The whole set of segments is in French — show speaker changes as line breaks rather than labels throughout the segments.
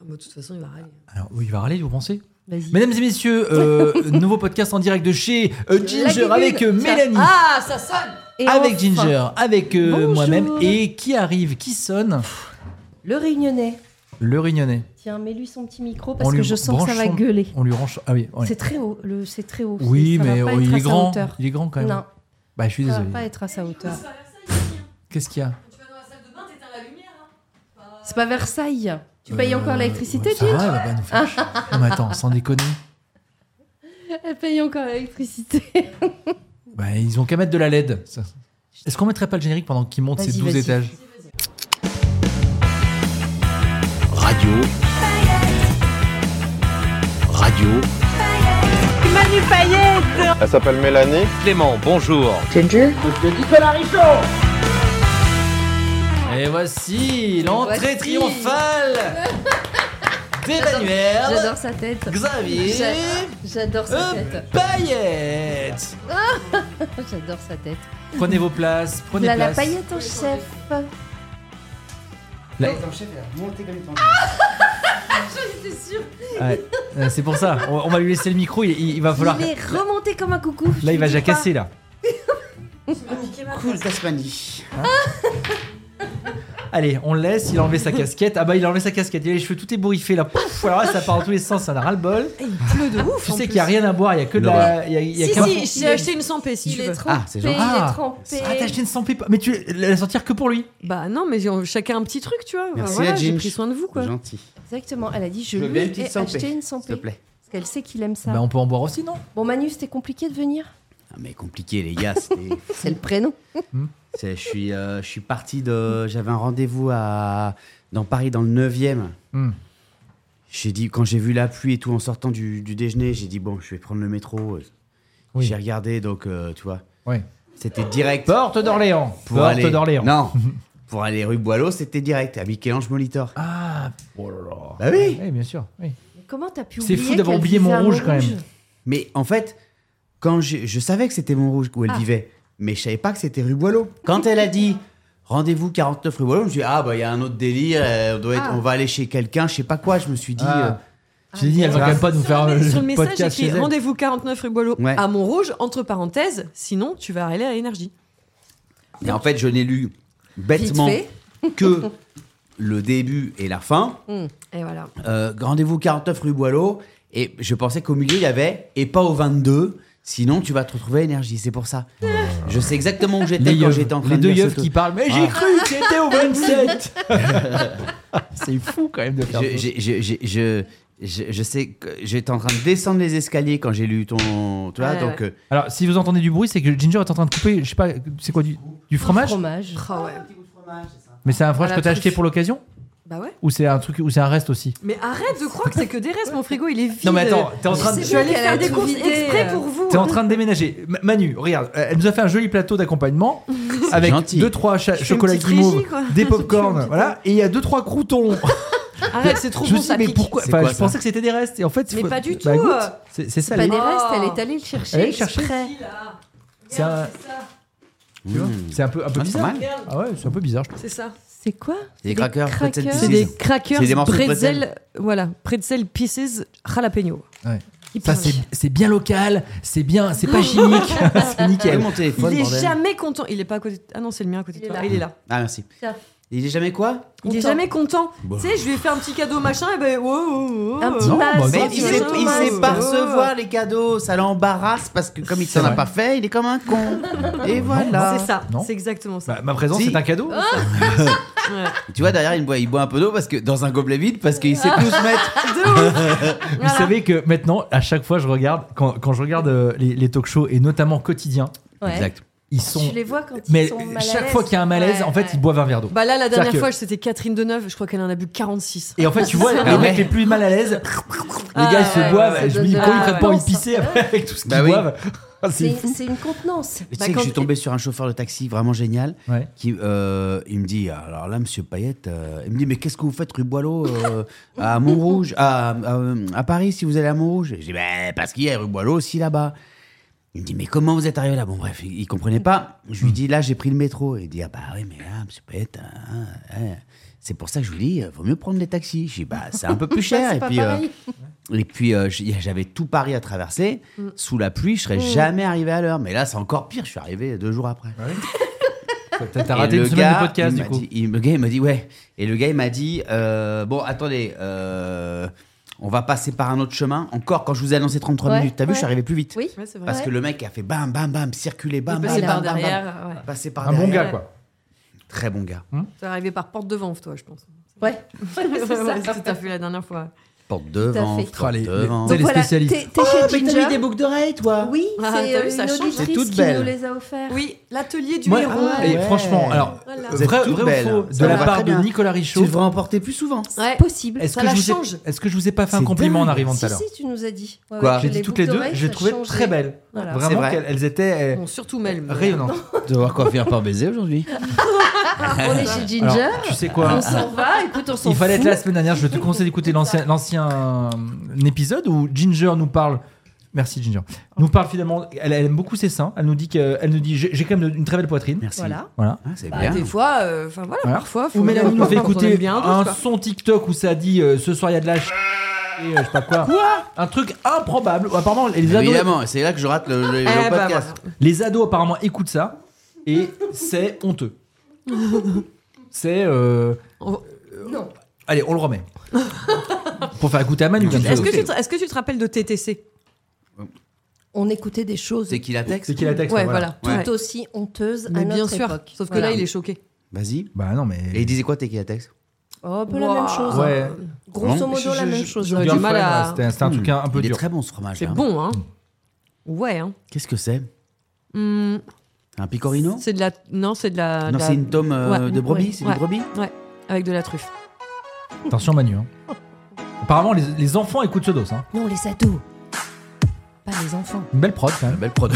Ah bah, de toute façon, il va râler.
Alors, oui, il va râler, vous pensez
Vas-y.
Mesdames et messieurs, euh, nouveau podcast en direct de chez euh, Ginger
La
avec euh,
Gugule, ça-
Mélanie.
Ah, ça sonne Et
avec
enfin,
Ginger, avec euh,
Bonjour.
moi-même. Et qui arrive, qui sonne
Le réunionnais.
Le Réunionnais.
Tiens, mets-lui son petit micro parce
On
que
lui
je sens que ça
branche
va
son-
gueuler.
On lui range. Ah oui, ouais.
C'est très haut, le... c'est très haut.
oui
ça va
mais
pas être
oh, il
à
est
sa
grand.
hauteur.
Il est grand quand même.
Non,
Bah, je suis
ça va
désolé.
pas être à sa hauteur.
Qu'est-ce qu'il y a
C'est pas Versailles. Tu payes encore
Euh,
l'électricité,
ouais, ça
Ginger
va, elle va pas nous faire chier. Non, mais attends, sans déconner.
Elle paye encore l'électricité.
Bah, ils ont qu'à mettre de la LED. Ça- Est-ce qu'on mettrait pas le générique pendant qu'ils montent ces
Vas-y,
12
vas-y.
étages
Radio. Radio.
Elle s'appelle Mélanie.
Et voici l'entrée
voici.
triomphale d'Emmanuel.
J'adore sa tête.
Xavier.
J'a- J'adore sa
Euh,
tête.
paillettes
J'adore sa tête.
Prenez vos places, prenez
La, la
place.
paillette en chef.
La-
J'étais sûre.
Ouais, euh, c'est pour ça, on, on va lui laisser le micro, il, il- il va falloir...
Il est remonté comme un coucou.
Là, il va jacasser, là.
Cool Tasmanie.
Allez, on le laisse, il a enlevé sa casquette. Ah bah, il a enlevé sa casquette, il a les cheveux tout ébouriffés, là. Pouf, alors là, ça part dans tous les sens, ça n'a ras-le-bol.
Il pleut de ouf.
Tu sais qu'il n'y a rien à boire, il y a que de la... il y a- il y a
Si,
qu'un-
si, j'ai acheté une sans si
Il
tu
est
veux.
trempé.
Ah, c'est gentil.
Il
Ah.
est trempé.
Ah, t'as acheté une sans pipe Mais tu la sortir que pour lui
Bah non, mais j'ai- chacun un petit truc, tu vois. Enfin,
Merci
voilà,
à
j'ai
Ginge.
pris soin de vous, quoi.
Gentil.
Exactement. Elle a dit je
Je veux bien
lui
une petite
ai
sans
acheté
paix,
une sans
S'il te
paix.
plaît.
Parce qu'elle sait qu'il aime ça.
Bah, on peut en boire aussi, non
Bon, Manu, c'était compliqué de venir
Ah, mais compliqué, les gars. c'était-
C'est le prénom.
C'est- Je suis, euh, je suis parti de. J'avais un rendez-vous à dans Paris, dans le 9e.
Hmm.
J'ai dit, quand j'ai vu la pluie et tout en sortant du, du déjeuner, j'ai dit, bon, je vais prendre le métro.
Oui.
J'ai regardé, donc, euh, tu vois,
Ouais.
c'était direct.
Porte d'Orléans
pour
Porte
aller-
d'Orléans
Non, pour aller rue Boileau, c'était direct. À Michel-Ange Molitor.
Ah, oh là là.
Bah oui.
bien sûr, oui.
Mais comment t'as pu
C'est
oublier
fou d'avoir
qu'elle
oublié
disait un
Montrouge, quand même.
Mais en fait, quand je, je savais que c'était Montrouge où elle
Ah.
vivait, mais je savais pas que c'était rue Boileau. Quand elle a dit rendez-vous 49 rue Boileau, je me suis dit ah bah il y a un autre délire, euh, on, doit être-
Ah.
on va aller chez quelqu'un, je sais pas quoi. Je me suis dit euh,
Ah. J'ai dit,
Ah,
elle va quand même pas nous faire
Sur le- sur le
un
message,
podcast chez
écrit
elle.
rendez-vous 49 rue Boileau
Ouais.
à Montrouge, entre parenthèses, sinon tu vas aller à l'énergie.
euh, et en fait je n'ai lu bêtement
Vite
que le début et la fin.
Mm. Hmm. Et voilà.
Euh, rendez-vous 49 rue Boileau et je pensais qu'au milieu il y avait et pas au 22. Sinon, tu vas te retrouver à énergie, c'est pour ça. Je sais exactement où j'étais quand
yeux-
j'étais en train
Ah. les
de
deux
lire
yeux
ce
qui
truc.
parlent. Mais j'ai
Ah.
cru que c'était au 27 C'est fou quand même de faire
Je,
ça.
j'ai- j'ai- j'ai- je, je, je sais que j'étais en train de descendre les escaliers quand j'ai lu ton. Tu vois,
Ouais,
donc.
ouais.
euh,
Alors, si vous entendez du bruit, c'est que Ginger est en train de couper, je sais pas, c'est quoi, du, du fromage
Fromage.
Ah ouais.
Mais c'est un fromage
À
que
la
t'as acheté
truffe.
pour l'occasion
Bah ouais.
Ou c'est un truc, ou c'est un reste aussi
Mais arrête de croire que c'est que des restes, mon frigo il est vide.
Non, mais attends, t'es en train de.
Je suis allée
Elle a
faire des
tout
courses
vidé,
exprès
euh.
pour vous. hein.
T'es en train de déménager. M- Manu, regarde, euh, elle nous a fait un joli plateau d'accompagnement avec
euh, gentil.
deux trois cha-
fais
chocolats
une petite régie,
guimauves,
quoi.
des
Je fais une
popcorns,
petite-
voilà, et il y a deux trois croutons.
Arrête, c'est trop
je me
bon,
suis
ça
dit, mais
pique.
pourquoi
C'est
enfin,
quoi,
Je
ça
pensais que c'était des restes, et en fait,
Mais
faut-
pas du
bah,
tout,
goûte,
euh.
C'est c'est ça.
Ah,
Pas
les-
des restes,
Oh.
elle est allée le chercher.
Elle est allée le chercher.
exprès.
C'est un, tu vois, c'est un peu un peu
Ah, c'est pas
bizarre.
mal.
Ah ouais, c'est un peu bizarre. je trouve.
C'est ça.
C'est quoi
Des crackers, pretzel
crackers.
pieces.
C'est
C'est
des
ça.
crackers,
C'est des morceaux de
pretzel, voilà, pretzel pieces jalapeno.
Ouais.
Il
Ça
parle.
c'est c'est bien local, c'est bien, c'est pas chimique, c'est
Quel est
nickel.
mon téléphone,
Il est
bordel
jamais content. Il est pas à côté. de- Ah non, c'est le mien à côté
Il
de
est
toi.
là.
Il est là.
Ah, merci.
Tiens.
Il est jamais quoi
Il est
Content.
jamais content.
Bah.
Tu sais, je lui ai fait un petit cadeau machin et ben wow, wow, wow.
Un petit
Non, bah,
masque.
mais
Mais
Oh,
il
c'est
sait,
gentil.
il sait
Ouais.
pas recevoir les cadeaux, ça l'embarrasse parce que comme il
C'est
s'en a
vrai.
pas fait, il est comme un con. Et voilà.
C'est ça.
Non.
C'est exactement ça.
Bah, ma présence
Si.
c'est un cadeau.
Tu vois, derrière, il boit, il boit un peu d'eau parce que dans un gobelet vide parce qu'il sait plus se mettre.
Vous savez que maintenant, à chaque fois, je regarde quand, quand je regarde euh, les, les talk-shows et notamment quotidien,
Ouais.
Exact.
ils sont.
Tu les vois quand ils
mais
sont mal à
chaque
l'aise.
fois qu'il y a un malaise,
Ouais,
en fait,
ouais.
ils boivent un verre d'eau.
Bah là, la dernière
que-
fois, c'était Catherine Deneuve, je crois qu'elle en a bu 46.
Et en fait, tu vois,
Ah
les
ouais.
mecs les plus mal à l'aise, les
Ah
gars, ils se
ouais,
boivent.
ouais, ça
je me dis,
donne
pourquoi
de
ils
la
prennent pas envie de
confiance.
pisser après avec tout ce qu'ils
Bah oui.
boivent Ah, C'est
C'est
fou.
c'est une contenance.
Mais Tu
Bah,
sais que
quand-
je suis tombé sur un chauffeur de taxi vraiment génial
Ouais.
qui euh, il me dit alors là monsieur Payette euh, il me dit mais qu'est-ce que vous faites rue Boileau euh, à Montrouge à, à, à Paris si vous allez à Montrouge Et Je dis ben parce qu'il y a rue Boileau aussi là-bas. Il me dit mais comment vous êtes arrivé là Bon bref il, il comprenait pas. Je
Hmm.
lui dis là j'ai pris le métro. Il dit ah bah oui mais là monsieur Payette hein, hein, c'est pour ça que je vous dis euh, vaut mieux prendre les taxis. Je dis bah c'est un peu plus cher
c'est
et
pas
puis euh,
pareil.
et puis, euh, j- j'avais tout Paris à traverser.
Hmm.
Sous la pluie, je serais jamais arrivé à l'heure. Mais là, c'est encore pire. Je suis arrivé deux jours après.
T'as t'as
Et
raté
le
une semaine
gars,
de podcast,
il
du
m'a
coup.
dit- il- le gars, il m'a dit, ouais. Et le gars, il m'a dit, euh, bon, attendez, euh, on va passer par un autre chemin. Encore, quand je vous ai annoncé 33
Ouais,
minutes, t'as vu,
ouais.
je suis arrivé plus vite.
Oui.
Ouais, c'est vrai.
Parce que le mec a fait bam, bam, bam, circuler, bam,
Il
bam,
passait
bam,
par
bam, bam,
derrière. ouais.
Passer par
Un bon
derrière.
gars, quoi.
Très bon gars.
T'es arrivé par porte devant, toi, je pense.
Ouais.
Ouais,
c'est ça.
ouais, c'est ce que t'as fait la dernière fois.
Porte devant,
fait.
porte
les- les-
devant.
t'as les
Voilà, t'es
spécialistes.
Oh,
t'es chez Ginger.
boucles d'oreilles, toi
Oui,
Ah,
c'est
t'as
euh,
vu,
une
ça change.
T'es
auditrice
toute
qui
belle.
nous les a offerts.
Oui, l'atelier du
Moi-
héros.
ah,
Et
ouais.
franchement, alors,
Voilà.
Vous êtes
vrai,
toutes
vrai
belles. hein.
ou faux, de
Ça
la
va
part
très
de
bien.
Nicolas
Tu
Richaud,
devrais en porter plus souvent.
Ouais.
Possible.
est-ce
Ça
que,
la
je vous
change.
ai- est-ce que je vous ai pas fait un
C'est
compliment en
dingue.
arrivant tout
Si,
à l'heure
si, tu nous as dit. Ouais,
Quoi
ouais,
J'ai
que
dit toutes les deux,
boucles
je les
d'oreilles,
trouvais
ça changeait.
très belles.
Voilà.
C'est
Vraiment,
vrai.
qu'elles- elles étaient euh,
On surtout mêle. mais-
rayonnantes.
Tu vas voir qu'on va finir par baiser aujourd'hui.
On est chez
Alors,
Ginger.
tu sais quoi
On s'en va, écoute, on s'en
Il fallait être
fout.
là la semaine dernière. Je te conseille d'écouter l'ancien l'ancien, euh, épisode où Ginger nous parle. Merci Ginger. Nous parle finalement. Elle, elle aime beaucoup ses seins. Elle nous dit que, elle nous dit j'ai j'ai quand même une très belle poitrine.
Merci.
Voilà.
Voilà.
Ah, c'est
Bah,
bien.
des fois, euh, enfin voilà,
Voilà.
parfois. faut-
Ou Mélanie nous fait
quand on
écouter
aime bien un
un
truc, quoi.
son TikTok où ça dit euh, ce soir il y a de la ch- et, euh, je sais pas quoi. un truc improbable. Apparemment les ados,
Bah, Évidemment, c'est là que je rate le, le- le
Eh bah,
podcast.
les ados apparemment écoutent ça et c'est honteux. c'est euh,
voilà.
Non.
allez on le remet pour faire écouter à Manu. comme ça.
Est-ce que, tu te- est-ce que tu te rappelles de TTC
On écoutait des choses
C'est qui la texte
C'est qui la texte
Ouais,
hein,
voilà.
tout
Ouais.
aussi honteuses
Mais
à
bien
notre
sûr.
époque.
Sauf que
Voilà.
là, il est choqué.
Vas-y.
Bah non mais.
Et il disait quoi, t'es qui la texte
Oh, un peu la même chose. hein.
Ouais.
Grosso
Bon,
modo, la
je-
même
je-
chose.
j'aurais
hein.
du mal à-
ouais, C'était c'était un truc un, un peu
Hmm. Il est
dur.
très bon ce fromage.
C'est
là.
bon, hein Ouais, hein.
Qu'est-ce que c'est
Hmm,
Un picorino
c'est de la. Non, c'est de la.
Non,
de la-
c'est une tome euh,
Ouais.
de brebis.
Ouais.
C'est une
Ouais.
brebis.
Ouais, avec de la truffe.
Attention Manu. hein. Apparemment les, les enfants écoutent ce dos. Hein.
Non, les ados. Pas les enfants.
Une belle prod quand même.
Belle prod.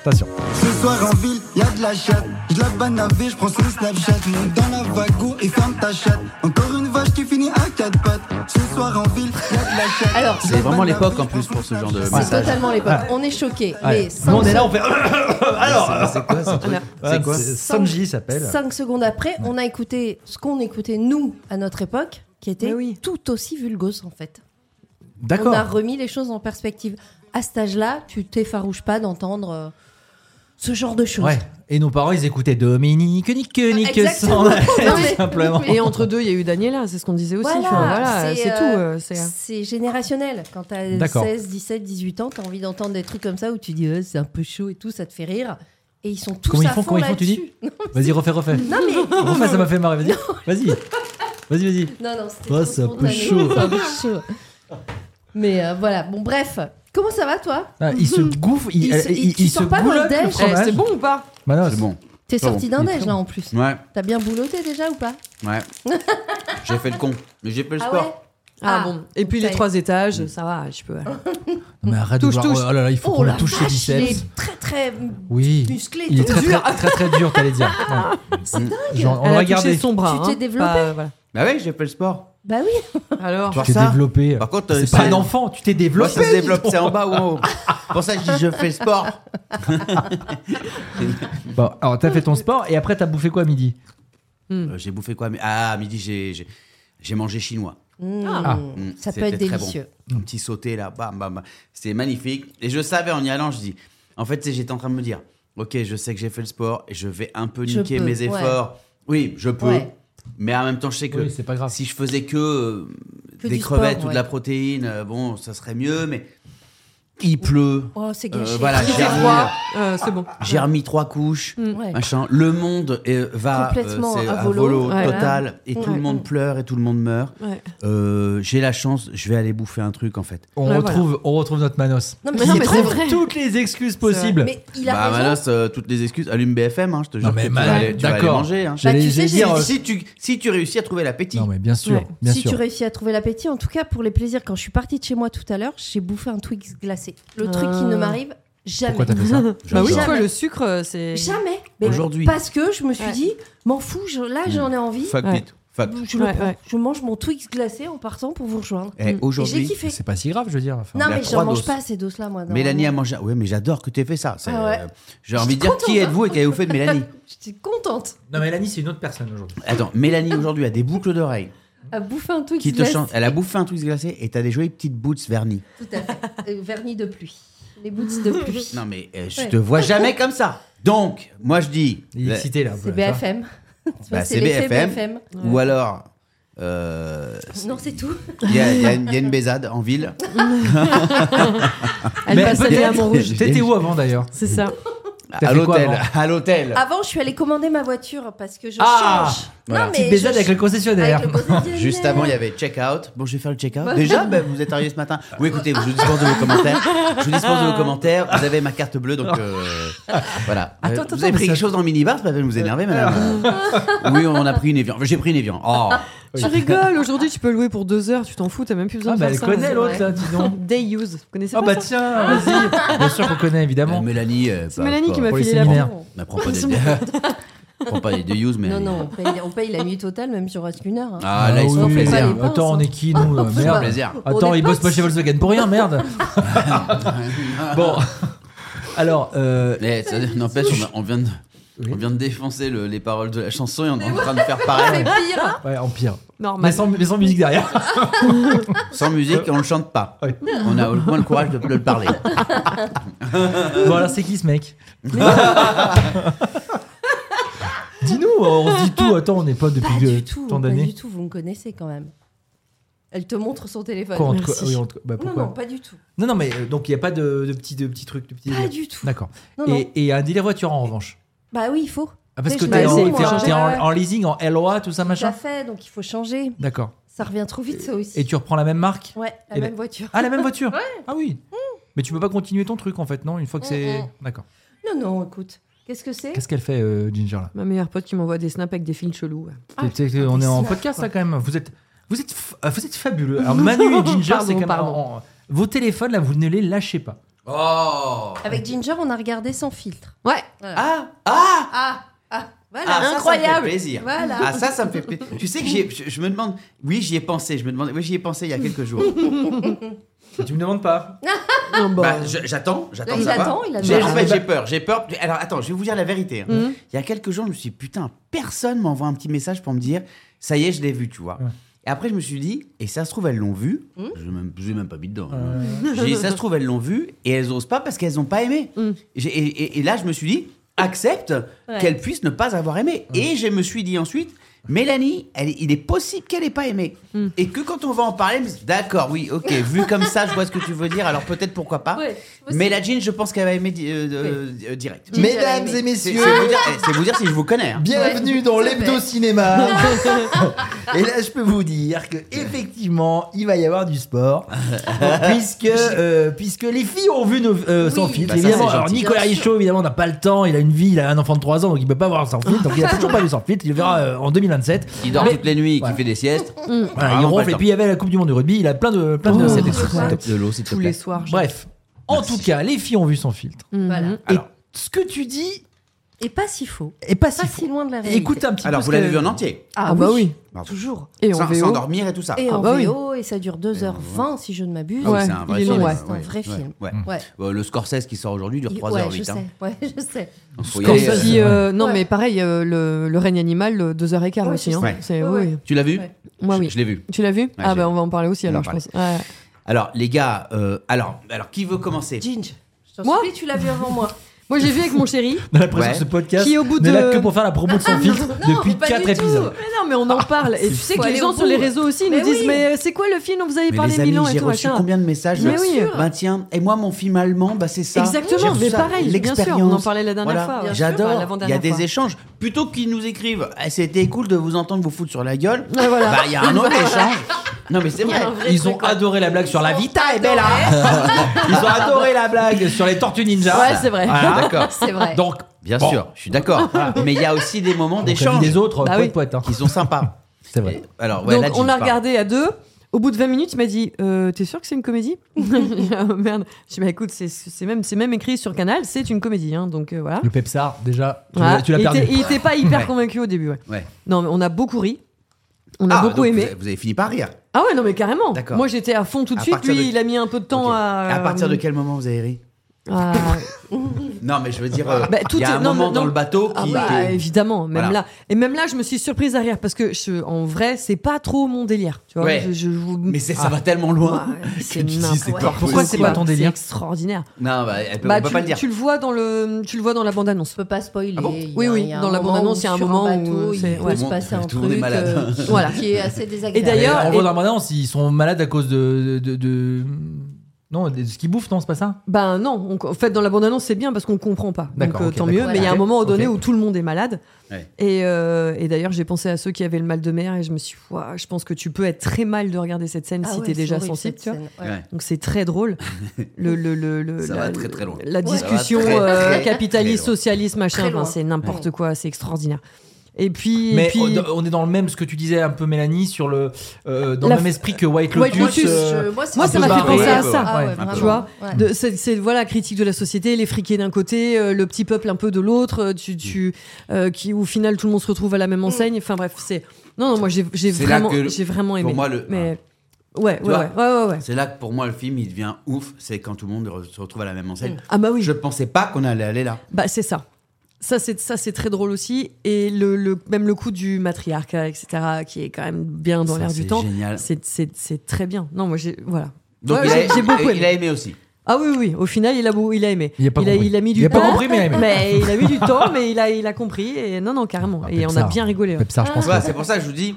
Attention.
Ce soir en ville, y a de la chatte. Je la banne à vie, je prends son Snapchat. Monte dans la wagon et ferme ta chatte. Encore une vache qui finit à quatre pattes. Ce soir en ville, y a de la chatte.
Alors,
Je
C'est
la
vraiment
banne à
l'époque
vie,
en
je
plus
prends
pour
son
ce genre de
Snapchat.
C'est
message.
totalement l'époque. On est choqués.
Ouais.
Mais
Nous, on
5
est là, on fait. Alors,
Mais C'est quoi ça
Voilà.
c'est
quoi
Sanji s'appelle.
secondes après, on a écouté ce qu'on écoutait, nous, à notre époque, qui était
Mais oui.
tout aussi vulgose, en fait. On
D'accord.
a remis les choses en perspective. À cet âge-là, tu t'effarouches pas d'entendre euh, ce genre de choses.
Ouais. Et nos parents, ils écoutaient Dominique, Nique, Nique,
Ah, Exactement.
Sandra,
Non, mais-
simplement.
Et entre deux, il y a eu Daniela, c'est ce qu'on disait aussi.
Voilà,
Enfin, voilà,
c'est,
c'est
euh,
tout. euh, c'est-
C'est générationnel. Quand t'as
D'accord.
16, 17, 18 ans, t'as envie d'entendre des trucs comme ça où tu dis euh, c'est un peu chaud et tout, ça te fait rire. Et ils sont tous
Comment ils
à
font,
fond
comment ils font, tu dis
là-dessus.
Vas-y, refais, refais.
Non mais
refais, ça m'a fait marrer. Vas-y. Vas-y. Vas-y, vas-y.
non non, c'était
Oh,
trop
c'est un peu
spontané,
chaud.
c'est un peu chaud. Mais euh, voilà, bon bref, comment ça va toi
Ah, il se gouffe, il,
Ils se-
il-
ils-
il
ils
se
sont pas dans le
goulotte le
déj.
Eh,
fromage.
c'est bon ou pas
Bah non,
C'est bon.
T'es
Bon,
sorti d'un
il est
neige
très
là en plus.
Ouais,
T'as bien boulotté déjà ou pas
ouais. J'ai fait le con. Mais j'ai fait le
Ah
sport.
ouais
Ah,
Ah,
bon. Et puis les
ok.
trois étages, ça va, je peux.
Non, mais arrête
Touche,
de voir.
touche.
Oh là là, il faut
Oh
qu'on
la
le touche ses
vache, il
biceps.
est très très tu
Oui.
musclé,
Il est
tout
très très, très très dur, t'allais dire. Ouais. Mm. Genre, on
Elle
va
a touché
garder.
son bras.
Tu t'es
hein,
développé
pas- voilà.
Bah ouais, j'ai fait le sport.
Bah oui,
Alors,
Toi,
Tu t'es
Ça.
développé.
Par contre, euh,
c'est pas
c'est-
un enfant, tu t'es
Moi,
développé.
ça se
dis
développe.
donc.
C'est en bas ou en haut. Pour ça, que je dis je fais le sport.
Bon, alors t'as fait ton sport et après t'as bouffé quoi à midi
Euh, J'ai bouffé quoi mais- Ah, à midi, j'ai- j'ai- j'ai mangé chinois.
Ah.
Mm,
ça peut
c'était
être
très
délicieux.
bon. Un petit sauté là, bam, bam, bam. C'était magnifique. Et je savais en y allant, je dis, en fait, c'est- j'étais en train de me dire, ok, je sais que j'ai fait le sport et je vais un peu
Je
niquer
peux,
mes
ouais.
efforts. Oui, je peux.
Ouais.
Mais en même temps, je sais que
Oui, c'est pas grave.
si je faisais que, euh,
Que
des
du
crevettes
sport,
ou de
ouais.
la protéine, euh, bon, ça serait mieux, mais il pleut.
Oh, c'est
Euh,
gâché.
voilà,
Il
j'ai
fait
remis,
froid. Euh, c'est bon.
j'ai remis trois couches,
Mm. Ouais.
machin. Le monde euh, va
Complètement
c'est
à
à
volo.
volo
Ouais.
total, et tout
Ouais.
le monde pleure et tout le monde meurt.
Ouais.
Euh, j'ai la chance, je vais aller bouffer un truc en fait.
On,
Ouais,
retrouve, on retrouve notre Manos.
Non, mais,
Il
non, mais
trouve
c'est vrai.
toutes les excuses possibles.
Mais il a
bah,
raison.
Manos, euh, toutes les excuses. Allume BFM, hein, je te jure.
mais
que tu
Manos,
vas aller, tu vas aller
d'accord.
manger. hein.
Bah, tu sais,
j'allais
j'ai-
dire, euh,
Si, tu, si tu réussis à trouver l'appétit.
Non, mais bien sûr,
Ouais.
bien
si
sûr.
tu réussis à trouver l'appétit, en tout cas pour les plaisirs, quand je suis partie de chez moi tout à l'heure, j'ai bouffé un Twix glacé. Le truc qui ne
Ah.
m'arrive jamais.
Pourquoi t'as fait ça
Bah oui,
Jamais.
toi, le sucre, euh, c'est.
Jamais.
Aujourd'hui. Mm.
Parce que je me suis
Ouais.
dit, m'en fous, je- là j'en ai envie.
Fuck
Ouais.
it. Fuck.
Je, le
Ouais,
prends.
ouais.
je mange mon Twix glacé en partant pour vous rejoindre.
Eh,
Et j'ai
Aujourd'hui,
kiffé.
C'est pas si grave, je veux dire. enfin.
Non,
la
mais j'en
trois
mange
doses.
pas ces doses-là, moi.
Mélanie a
normalement.
mangé. Oui, mais j'adore que t'aies fait ça. C'est,
Ah ouais.
euh, J'ai envie de dire
contente,
qui êtes-vous et qu'avez-vous fait de Mélanie
J'étais contente
Non, mais Lani, c'est une autre personne aujourd'hui.
Attends, Mélanie aujourd'hui a des boucles d'oreilles
à bouffer un Twix
qui te
glacé.
chantent. Elle a bouffé un Twix glacé et t'as des jolies petites boots vernies.
Tout à fait. Euh, Vernis de pluie. Les boots de pluie.
Non mais euh, je
Ouais.
te vois jamais comme ça. Donc, moi je dis.
Il est
la-
excité là.
C'est
voilà,
BFM. Tu vois,
Bah, c'est
l'effet
BFM.
BFM.
Ou alors. euh,
Non, c'est tout.
Il y, a- il y a une il y a une baisade en ville.
ça.
Elle passe sa télé à
peut-être-
Montrouge.
T'étais où avant d'ailleurs
C'est ça.
À
fait quoi
l'hôtel.
avant
À l'hôtel.
Avant, je suis allée commander ma voiture parce que je
Ah
change.
Voilà.
Non,
Petite
mais
baisade
je-
avec le concessionnaire.
avec le concessionnaire.
Juste avant, il y avait check-out. Bon, je vais faire le check-out. Déjà, ben, vous êtes arrivé ce matin. Oui, écoutez, je vous dispense de vos commentaires. Je vous dispense de vos commentaires. Vous avez ma carte bleue, donc euh, voilà.
Attends,
Euh,
attends,
vous avez pris
mais ça-
quelque chose dans le minibar, ça va pas nous énerver, madame. oui, on a pris une Evian. J'ai pris une Evian. Oh.
Je rigole, aujourd'hui, tu peux louer pour deux heures, tu t'en fous, t'as même plus besoin
Ah,
de
bah
faire
elle
ça.
connaît
C'est
l'autre
vrai.
là, dis donc.
Day use. Vous connaissez
Ah
pas
bah
ça
tiens, vas-y. Bien sûr qu'on connaît
Euh,
évidemment.
Mélanie. euh,
C'est
pas-
Mélanie
pas-
qui m'a
pour les
filé la
séminaires.
main.
Ne prends pas des Prends pas des deux use, mais.
Non, non, on paye, on paye la nuit totale, même sur reste qu'une heure. hein.
Ah, là, ils se font
oui.
plaisir.
les pinces,
Attends, on est qui nous euh,
Ils se font
Merde.
plaisir.
On
Attends,
est
ils bossent
potes.
pas chez Volkswagen pour rien, merde. bon, alors, euh,
Mais Eh, ça n'empêche, on a- on, vient de. On vient de défoncer le- les paroles de la chanson et on est en train de faire
C'est
pareil.
pire.
ouais, Empire. Mais
Normal.
sans, mais sans musique derrière.
Sans musique, on le chante pas.
Ouais.
On a au moins le courage de, de le parler.
bon, alors, c'est qui ce mec Dis-nous, on se dit tout. Attends, on n'est pas depuis
Pas
euh,
du tout,
tant
pas
d'années.
du tout, vous me connaissez quand même. Elle te montre son téléphone.
Quoi, on te-
Merci.
oui, on te- bah,
Non,
pourquoi
non, pas du tout.
Non, non, mais euh, donc il n'y a pas de, de petits de petits trucs. De petits
Pas
délires.
du tout.
D'accord.
Non, non.
Et, et un délire voiture en revanche.
Bah oui, il faut.
Ah, parce
Mais
que
je
t'es en,
m'assure,
t'es en-
moi.
t'es en-
Ouais.
en leasing, en LOA, tout ça,
Tout à
machin.
fait, donc il faut changer.
D'accord.
Ça revient trop vite, ça aussi.
Et tu reprends la même marque
Ouais, la
Et
même
la-
voiture.
Ah, la même voiture Ah oui.
Mm.
Mais tu peux pas continuer ton truc en fait, non Une fois que c'est.
Mm-mm.
D'accord.
Non, non, écoute. Qu'est-ce que c'est
Qu'est-ce qu'elle fait, euh, Ginger là
Ma meilleure pote qui m'envoie des snaps avec des films chelous. ouais.
T'es- t'es-
ah,
t'es- On est en
snacks,
podcast
quoi.
là quand même. Vous êtes, vous êtes, f- euh, vous êtes fabuleux. Alors Manu et Ginger,
Pardon,
c'est quand même.
pardon.
en- en- vos téléphones là, vous ne les lâchez pas.
Oh
Avec Ginger, on a regardé sans filtre.
Ouais.
Ah Ah
Ah, ah, voilà.
Ah, ça, Ça, me fait
incroyable.
plaisir.
Voilà.
Ah, ça, ça me fait plaisir. Tu sais que j'y ai- je, je me demande. Oui, j'y ai pensé. Je me demande. Oui, j'y ai pensé il y a quelques jours.
Tu me demandes pas.
Non, Ah, bon.
Bah, je- j'attends, j'attends.
Il
ça va.
attend, il Hum. attend.
J'ai- En fait,
Ah,
j'ai peur, j'ai peur. Alors, attends, je vais vous dire la vérité. hein. Il y a quelques jours, je me suis dit, putain, personne m'envoie un petit message pour me dire, ça y est, je l'ai vu, tu vois. Et après, je me suis dit, et ça se trouve, elles l'ont vu.
Hum.
Je l'ai même, je l'ai même pas mis dedans. hein. J'ai dit, ça se trouve, elles l'ont vu, et elles osent pas parce qu'elles n'ont pas aimé.
Hum.
J'ai- Et, et- et là, je me suis dit, accepte qu'elles puissent ne pas avoir aimé. Et je me suis dit ensuite, Mélanie, elle, il est possible qu'elle n'ait pas aimé.
Hmm.
Et que quand on va en parler, elle me dit, d'accord, oui, ok, vu comme ça, je vois ce que tu veux dire, alors peut-être pourquoi pas.
Ouais, c'est possible.
Mais la jean, je pense qu'elle va aimer di- euh, euh, euh, direct.
Ginger Mesdames a aimé. et
C'est c'est vous, dire- eh, c'est vous dire si je vous connais. hein.
Bienvenue
Ouais,
dans
tout à fait.
l'hebdo cinéma. Et là, je peux vous dire que effectivement, il va y avoir du sport, puisque euh, puisque les filles ont vu nos euh, sans
Oui.
filtre.
Bah, ça,
évidemment,
c'est
alors
gentil.
Nicolas
Bien sûr.
Richaud évidemment n'a pas le temps. Il a une vie, il a un enfant de 3 ans, donc il peut pas voir sans filtre. Donc il a toujours pas vu sans filtre. Il le verra euh, en 2027.
Qui dort
Mais-
toutes les nuits,
Voilà.
qui fait des siestes.
Hmm.
Voilà,
Ah,
il
on
ronfle.
va le
Et puis il y avait la Coupe du Monde de rugby. Il a plein de plein
temps.
de.
C'est des
de-
trucs,
Ouais.
tape de l'eau, s'il te
Tous les
plaît.
soirs. je-
Bref, en tout cas, les filles ont vu sans filtre.
Mm.
Voilà.
Et
Alors.
ce que tu dis
Et pas si faux.
est pas si
Pas
faux.
si loin de la réalité.
Écoute un petit
Alors,
peu.
vous
ce que-
l'avez vu en entier.
Ah, bah oui.
Pardon.
Toujours.
Et en
Sans,
VO.
sans dormir et tout ça.
Et
Ah
en
bah oui.
VO, et ça dure 2h20 si je ne m'abuse.
Eh, Ah oui,
Ouais,
c'est un vrai
il est
film.
long, ouais.
C'est un vrai film.
ouais.
Hmm.
Ouais.
Euh, le Scorsese qui sort aujourd'hui dure
Il-
3h08.
ouais, je sais. Ouais, je sais.
Quand
Et, euh,
si, euh, non,
ouais.
mais pareil, euh, le, le règne animal, euh, deux heures et quart
Ouais,
aussi.
c'est
hein.
ça.
C'est-
Ouais,
oui,
ouais.
oui.
Tu l'as vu
Ouais.
Moi,
Je-
oui.
Je l'ai vu.
Tu l'as vu Ah,
j'ai-
bah on va en parler aussi
On
alors,
en
je
parle.
pense. Ouais.
Alors, les gars, euh, alors, alors, qui veut commencer
Ginge. Je t'en
Moi
supplie, tu l'as vu avant moi.
Moi, j'ai vu avec mon chéri.
dans la pression
Ouais.
de ce podcast
Qui, au bout
n'est
de-
là que pour faire la promo de son filtre
Non,
depuis
pas du
4
tout.
épisodes.
Mais non, mais on en parle. Et tu sais
Faut
que les
aller
gens
au
sur les
bout.
réseaux aussi ils
Mais
nous disent
oui.
Mais c'est quoi le film dont vous avez
Mais
parlé
les amis,
Milan et
j'ai
tout
reçu
machin
combien de messages
Mais
de-
oui.
Bah tiens, et moi mon film allemand, bah c'est ça.
Exactement,
J'ai reçu
mais
ça,
pareil, bien sûr,
l'expérience.
on en parlait la dernière
Voilà,
fois, bien sûr, bah,
J'adore. Il y
l'avant-dernière
a des
fois.
échanges. Plutôt qu'ils nous écrivent, Eh, c'était cool de vous entendre vous foutre sur la gueule. Bah
Ouais, Ah, voilà.
il y a un autre échange. Non mais c'est vrai.
Ils ont adoré la blague sur la
eh,
Vita et Bella. Ils ont adoré la blague sur les Tortues Ninja.
Ouais, c'est vrai.
Voilà.
D'accord.
C'est vrai.
Donc,
Bien
Bon.
sûr, je suis d'accord.
Ah.
Mais il y a aussi des moments
Échange.
d'échange
des autres,
Bah
poète,
oui.
poète, hein.
qui sont sympas.
C'est vrai.
Et- Alors ouais,
Donc
là,
on
Jim
l'a
parle.
regardé à deux. Au bout de 20 minutes, il m'a dit euh, T'es sûr que c'est une comédie Ah, Merde. Je dis bah, écoute, c'est- c'est même, c'est même écrit sur Canal, c'est une comédie. hein, donc euh, voilà.
Le Pepsar, déjà, tu
Voilà.
l'as- tu l'as
il
perdu.
était- il était pas hyper
Ouais.
convaincu au début. ouais.
Ouais.
Non, mais on a beaucoup ri. On a
Ah,
beaucoup
donc
aimé.
Vous avez, vous avez fini par rire.
Ah ouais, non, mais carrément.
D'accord.
Moi, j'étais à fond tout de
À
suite.
partir
Lui,
de-
il a mis un peu de temps
Ok.
à. euh,
À partir de quel moment vous avez ri
à-
Non, mais je veux dire, euh, il
Bah, tout
y a
est-
un
non,
moment
non,
dans
non.
le bateau qui.
Ah bah,
qui-
évidemment, même
Voilà.
là. Et même là, je me suis surprise à rire parce que je, en vrai, c'est pas trop mon délire. Tu vois,
Ouais.
je, je- je-
Mais c'est- ça va tellement loin.
Ah. Ouais,
que
c'est
tu dis,
n'importe
c'est pas
quoi.
Pourquoi c'est pas ton délire
C'est extraordinaire.
Non, bah, elle peut-
Bah,
on peut
tu,
pas le dire.
tu le vois dans le, tu le vois dans la bande annonce.
Je peux pas spoiler. Il y a-
Ah Oui, oui,
il y a un
dans la
moment
bande-annonce,
où
il y a un
sur
moment où
bateau,
c'est-
il peut
ouais.
se passer un
Tout le monde est
truc
malade. hein.
euh, qui-
Voilà.
qui est assez désagréable. Ah
Et d'ailleurs-
on
et-
voit dans la bande-annonce, ils sont malades à cause de. de, de- de- Non, de ce qu'ils bouffent, non, c'est pas ça
Ben non, on- en fait, dans la bande annonce, c'est bien parce qu'on comprend pas. Donc
D'accord,
euh,
ok,
tant mieux.
d'accord.
Mais il y a un
Ok,
moment
ok.
donné où tout le monde est malade.
Ouais.
Et, euh, et d'ailleurs, j'ai pensé à ceux qui avaient le mal de mer et je me suis dit, Ouah, je pense que tu peux être très mal de regarder cette scène
Ah
si
ouais,
t'es
c'est
déjà
horrible,
sensible,
cette
tu vois.
scène. Ouais.
Ouais.
Donc c'est très drôle. Le, le, le, le-
Ça
la,
va très, très loin.
La
Ouais.
discussion
Ça va très,
euh,
très, très
capitaliste,
loin.
socialiste, machin,
Très
enfin,
loin.
c'est n'importe
Ouais.
quoi, c'est extraordinaire. Et puis, et
Mais
puis-
on- on est dans le même, ce que tu disais un peu, Mélanie, sur le, euh, dans
La
le même
f-
esprit que White
White
Lotus.
Lotus,
euh,
je- moi, c'est
moi,
un
ça
peu
m'a fait
barré.
penser à
Un peu,
ça.
ouais,
Ah,
Ouais, un
vraiment.
peu.
tu vois,
Hein, Ouais.
de- c'est c'est, voilà critique de la société, les friqués d'un côté, euh, le petit peuple un peu de l'autre, euh, tu, tu, euh, qui au final tout le monde se retrouve à la même enseigne. Enfin bref, c'est non non moi j'ai, j'ai
C'est là
vraiment
que le-
j'ai vraiment aimé.
pour moi, le- Ah.
mais ouais ouais, ouais
vois
ouais ouais ouais.
C'est là que pour moi le film il devient ouf, c'est quand tout le monde re- se retrouve à la même enseigne.
Ah bah oui.
Je pensais pas qu'on allait aller là.
Bah c'est ça. Ça c'est ça c'est très drôle aussi et le, le- même le coup du matriarcat etc qui est quand même bien dans
Ça,
l'air du
c'est
temps.
génial.
C'est, c'est, c'est très bien. Non moi j'ai voilà.
Donc
Ouais,
il,
j'ai-
a,
j'ai beaucoup
il a-
aimé.
il a aimé aussi.
Ah oui, oui, oui, au final, il a, beau- il a aimé.
Il a pas compris.
il a mis du
Il a pas
temps.
compris, mais il a aimé.
Mais il a mis du temps, mais il a, il a compris. Et non, non, carrément.
Ah,
et on a
Pepsar.
bien rigolé. hein. Ah, ouais.
Pepsar, je
Tu
pense.
vois,
que-
c'est pour ça que je vous dis.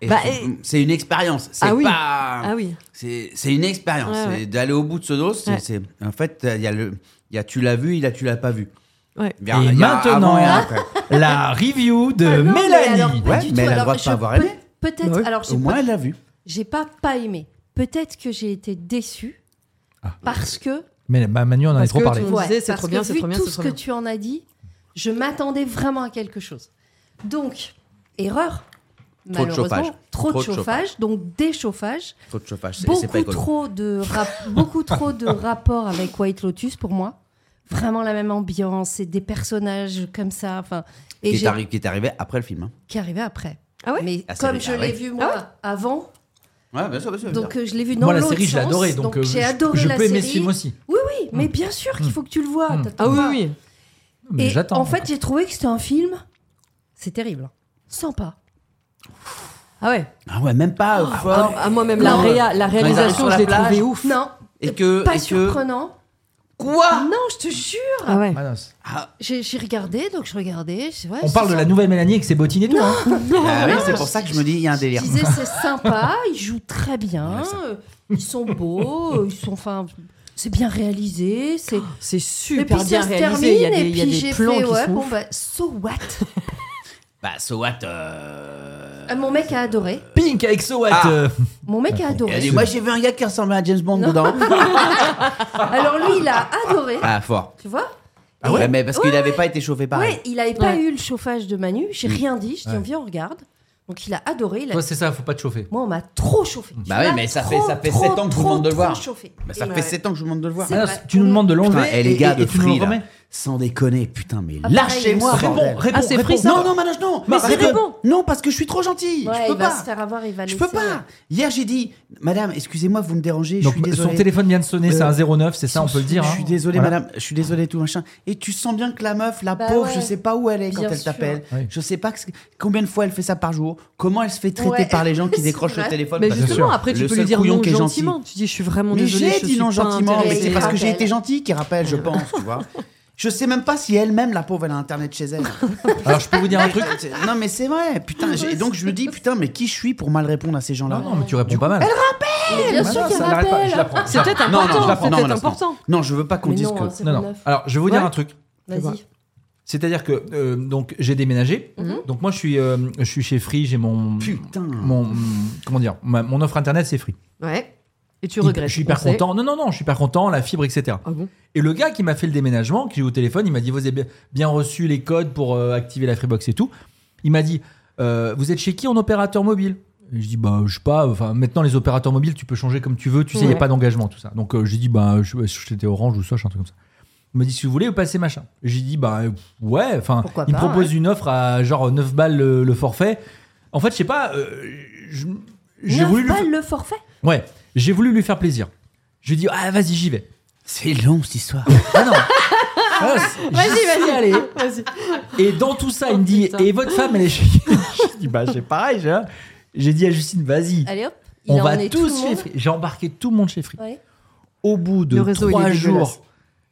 et
Bah,
c'est-
et-
C'est une expérience. C'est
Ah oui.
pas.
Ah oui.
C'est c'est une expérience.
Ouais,
C'est
ouais.
D'aller au bout de ce dos, c'est.
Ouais.
c'est- En fait, il y a le. Il y a tu l'as vu, il y a tu l'as pas vu.
Ouais.
Il y a-
Et
il y a
maintenant-
avant et après.
La review de
Ah non, mais alors,
Euh, Mélanie.
pas
Ouais,
du
mais
tout.
elle a le
Alors,
droit de
je
pas avoir
peux-
aimé.
Peut-être.
Ouais.
Alors,
Au
j'ai
moins,
pas-
elle l'a vu.
j'ai pas pas aimé. Peut-être que j'ai été déçue
Ah.
parce que
Mais bah, Manu en a
Parce
trop
que
parlé.
tout le monde- On disait, c'est
parce
trop bien,
que
c'est
vu
trop bien,
tout
c'est
ce
trop
que
bien.
tu en as dit, je m'attendais vraiment à quelque chose. Donc, erreur.
Trop de
malheureusement,
chauffage.
Trop,
Trop
de
de
chauffage, donc déchauffage.
Trop de chauffage. c'est- C'est
Beaucoup
pas économe.
trop, de rap- beaucoup trop de rapports avec White Lotus pour moi. Vraiment la même ambiance et des personnages comme ça. Enfin, et
Qui,
j'ai-
est arri- qui est arrivé après le film. hein.
qui arrivait après.
Ah ouais
Mais
Ah, c'est
comme
vrai,
je
ah
l'ai
ouais.
vu moi avant,
Ouais, bien sûr, bien sûr. bien
donc
sûr.
euh, je l'ai vu dans
Moi, la
l'autre
série, je l'ai
sens,
adorée. Donc, euh,
j'ai
je-
adoré
je
la
peux aimer ce
série.
film aussi. Hmm.
Oui, oui, mais bien sûr qu'il faut que tu le vois. t'attends
Ah oui,
pas.
oui.
Mais
Et
j'attends.
en fait, j'ai trouvé que c'était un film. C'est terrible. Sympa.
Ah ouais.
Ah ouais, même pas euh,
Oh,
Ah,
fort.
ah, moi, même la,
Non.
réa- la
ils arrivent
réalisation,
sur
je
la
l'ai
plage.
trouvée ouf.
Non.
Et que-
pas
et que-
surprenant.
Quoi
Non, je te jure.
Ah ouais.
Ah, non, c'est-
J'ai j'ai regardé, donc je regardais. je- ouais,
on
c'est
parle de la
sympa.
nouvelle Mélanie avec ses bottines et tout. hein.
Ah oui, c'est pour ça que je me dis, il y a un
Je
délire.
disais c'est sympa, ils jouent très bien, euh, ils sont beaux, euh, ils sont enfin c'est bien réalisé, c'est
Ah.
C'est
et
super
puis
bien
ça se
réalisé.
termine
Il y a des,
et
il y a
puis
des
j'ai
plans
fait
qui
ouais
sont
bon
ouf.
bah so what
Bah, so what euh,
Ah, Mon mec a adoré,
Pink avec So What.
Ah.
euh,
mon mec a adoré.
Elle dit, moi j'ai vu un gars qui ressemblait à James Bond dedans.
Alors lui il a adoré,
Ah, fort.
tu vois
Ah ouais, mais parce qu'il n'avait pas été chauffé pareil. Mm.
Ouais, il n'avait pas
Ouais.
eu le chauffage de Manu, j'ai rien dit, je dis viens on regarde. Donc il a adoré, il a-
Toi, c'est ça, faut pas te chauffer.
moi on m'a trop chauffé.
Bah
Tu
ouais,
m'as
mais ça
trop,
fait- ça fait
trop,
sept ans que je
trop,
vous demande de le voir.
trop chauffé.
Bah, ça
Et
fait
ouais.
7 ans que je vous demande de le voir.
C'est
Ah,
vrai.
tu nous demandes de
Putain,
l'enlever.
eh, les
et-
gars
et-
de
et tu nous le
Free, là,
remets.
sans déconner, putain, mais
Ah,
lâchez-moi,
pareil,
bordel.
Réponds, réponds,
Ah, c'est
réponds.
Free, ça
Non, non, mais non,
Mais
parce
c'est
que-
répond.
Non, parce que je suis trop gentil.
Bah, Ouais,
je peux
il va
pas.
se faire avoir, il va
Je
laisser.
peux pas. Hier, j'ai dit, madame, excusez-moi, vous me dérangez,
Donc,
je suis désolé.
son téléphone vient de sonner, c'est
Euh,
un 09, c'est ça, on peut le dire.
Je
hein.
suis désolé,
Voilà.
madame. Je suis désolé, tout machin. Et tu sens bien que la meuf, la
Bah
pauvre,
ouais.
je sais pas où elle est quand
Bien
elle
sûr.
t'appelle.
Oui.
Je sais pas que- combien de fois elle fait ça par jour. Comment elle se fait traiter
Ouais.
par les gens qui
C'est
décrochent le
vrai.
téléphone.
Mais
parce que
justement, après, tu
Bah, le
peux lui
seul
dire
couillon
non
qui est gentil.
gentiment. Tu dis, je suis vraiment
Mais
désolé.
j'ai dit non gentiment. Mais
intéressée.
c'est parce que j'ai
Rappel.
été gentil qui rappelle, je pense. Tu vois. Je sais même pas si elle-même, la pauvre, elle a internet chez elle.
Alors, je peux vous dire un truc
C'est- non, mais c'est vrai, putain. j'ai- Et donc, je me dis, putain, mais qui je suis pour mal répondre à ces gens-là
Non, non, mais tu réponds pas mal.
Bien sûr
Voilà,
qu'il
ça n'arrête pas, je la prends.
C'est peut-être
Non, non,
important,
je la prends.
c'est
Non,
peut-être
là,
important.
Non, je veux pas qu'on dise
hein,
que.
Non, non. Alors, je vais vous dire
Ouais.
un truc.
Vas-y.
C'est-à-dire que euh, donc j'ai déménagé. Donc moi je suis euh, je suis chez Free, j'ai mon
Putain.
mon comment dire ma- mon offre internet c'est Free.
Ouais. Et tu regrettes.
Je suis hyper
on sait.
content. Non non non, je suis hyper content, la fibre etc.
Ah bon
Et le gars qui m'a fait le déménagement, qui est au téléphone, il m'a dit vous avez bien- bien reçu les codes pour euh, activer la Freebox et tout. Il m'a dit euh, vous êtes chez qui en opérateur mobile Et je dis bah je sais pas. Enfin maintenant les opérateurs mobiles tu peux changer comme tu veux. Tu sais il y a
Ouais.
pas d'engagement tout ça. Donc euh, j'ai dit bah je j'étais Orange ou Soch un truc comme ça. Il m'a dit si vous voulez passer machin. J'ai dit bah euh, ouais enfin
Pourquoi
il
pas,
me propose une offre à genre 9 balles le, le forfait. En fait je sais pas. euh, je- j'ai
Neuf
voulu lui
balles
fa-
le forfait.
ouais j'ai voulu lui faire plaisir. Je lui ai dit ah vas-y j'y vais.
C'est long cette histoire.
Ah non Vas-y, vas-y, allez
Vas-y.
Et dans tout ça, il
Oh,
me dit
putain.
Et votre femme, elle est chez Je dis Bah, c'est pareil, j'ai- j'ai dit à Justine Vas-y,
Allez hop. il
on
a
va
emmené tout le
tous chez
monde.
Free. J'ai embarqué tout le monde chez Free.
Ouais.
Au bout de
Le réseau, il est
trois
dégueulasse.
jours,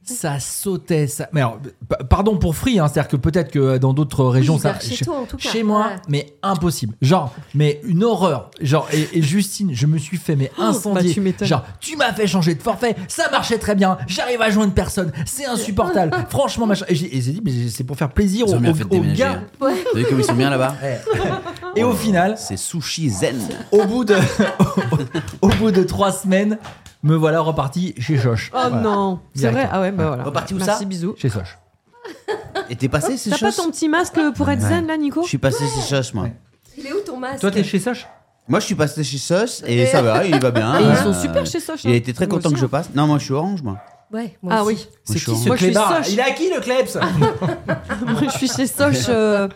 ça sautait. Ça... Mais alors, p- pardon pour Free, hein, c'est-à-dire que peut-être que dans d'autres régions, ça.
vers chez toi, en tout cas.
Chez moi,
Ouais.
mais impossible. Genre, mais une horreur. Genre, et, et Justine, je me suis fait mais incendier.
bah, tu m'étonnes.
Genre, tu m'as fait changer de forfait, ça marchait très bien, j'arrive à joindre personne, c'est insupportable. Franchement, machin. Et j'ai et j'ai dit, mais c'est pour faire plaisir
Ils
aux,
ont bien fait
aux-
de
aux
déménager.
gars.
hein. Oh. Vous avez vu comme ils sont bien là-bas
Et au final,
C'est sushi zen.
au bout de, au bout de trois semaines, me voilà reparti chez Josh.
Oh non, c'est
Direct.
vrai. Ah ouais, bah voilà.
Reparti où
Merci,
ça
bisous.
Chez Soch.
Oh, Et t'es passé ces
T'as pas
choses
ton petit masque pour être zen là, Nico
Je suis passé chez Soch, moi.
Ouais.
Il est où ton masque
Toi, t'es chez Soch
Moi, je suis passé chez Soch et ça va, il va bien.
Et
hein.
ils sont super
Euh,
chez Soch.
Il
hein.
a été très
Moi
content
aussi,
que je
hein.
passe. Non, moi, je suis orange, moi.
Ouais, moi
Ah
aussi.
oui,
C'est
je suis
qui
en-
ce
Moi, je suis
clébard
Soch.
Il a qui le Klebs
moi je suis chez Soch euh,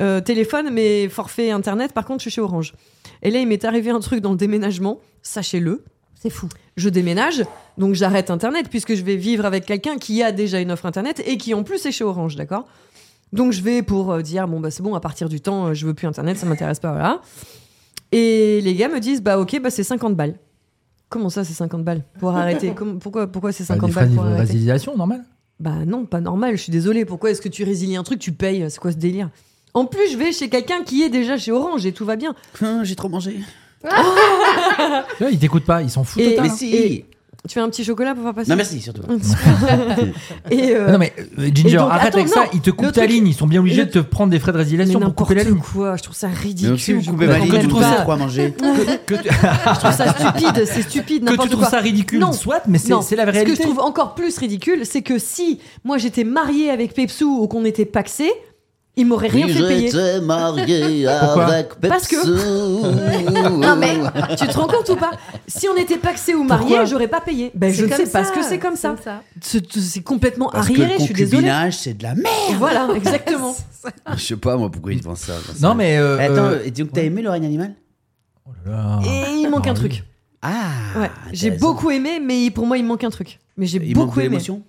euh, téléphone, mais forfait internet. Par contre, je suis chez Orange. Et là, il m'est arrivé un truc dans le déménagement. Sachez-le,
C'est fou.
je déménage, donc j'arrête Internet puisque je vais vivre avec quelqu'un qui a déjà une offre Internet et qui en plus est chez Orange, d'accord Donc je vais pour euh, dire bon bah c'est bon à partir du temps euh, je veux plus Internet, ça m'intéresse pas, voilà. Et les gars me disent bah ok bah c'est 50 balles. Comment ça c'est 50 balles pour arrêter Comment- Pourquoi pourquoi
Bah,
c'est 50 balles pour arrêter
résiliation, normal.
Bah non pas normal, je suis désolée. Pourquoi est-ce que tu résilies un truc, tu payes C'est quoi ce délire en plus, je vais chez quelqu'un qui est déjà chez Orange et tout va bien.
Hum, J'ai trop mangé.
Tu vois, Ils t'écoutent pas, ils s'en foutent.
Et-
total.
Mais
hein.
Eh ben, si
Et- Tu fais un petit chocolat pour faire passer
Non, merci, surtout.
Et euh,
Ah Non mais euh, Ginger,
Et donc,
arrête
attends,
avec ça,
non,
ils te coupent
le
ta
truc-
ligne, ils sont bien obligés
le-
de te prendre des frais de
Mais
résiliation pour couper la
n'importe
ligne.
quoi, je trouve ça ridicule.
Mais donc, si vous
je
coupez
comprends
ma ligne,
pas.
je
Je
vous
trouve
fais
ça,
quoi manger
Que tu, que
je trouve ça stupide, c'est stupide,
tu
n'importe
trouves
quoi.
ça ridicule,
Non.
soit, mais c'est
Non.
c'est la réalité.
Ce que je trouve encore plus ridicule, c'est que si moi j'étais mariée avec Pepsou ou qu'on était paxé, il m'aurait rien fait payer.
J'étais marié
Pourquoi
Parce que- Non mais tu te rends compte ou pas Si on était paxé ou marié,
Pourquoi
j'aurais pas payé. Ben je
C'est
ne
comme
sais pas ce que c'est comme ça. C'est c'est complètement
Parce que
arriéré,
le
je suis désolée.
concubinage, c'est de la merde.
Voilà, exactement.
Je sais pas, moi, pourquoi ils font ça. j'en sais
Non
rien.
mais euh,
Attends,
euh,
et donc t'as aimé le règne animal
là.
Et il manque
Ah
un
oui.
truc.
Ah
Ouais, j'ai
intéressant.
beaucoup aimé, mais pour moi il manque un truc. Mais j'ai
Il manque
beaucoup
de
aimé.
l'émotion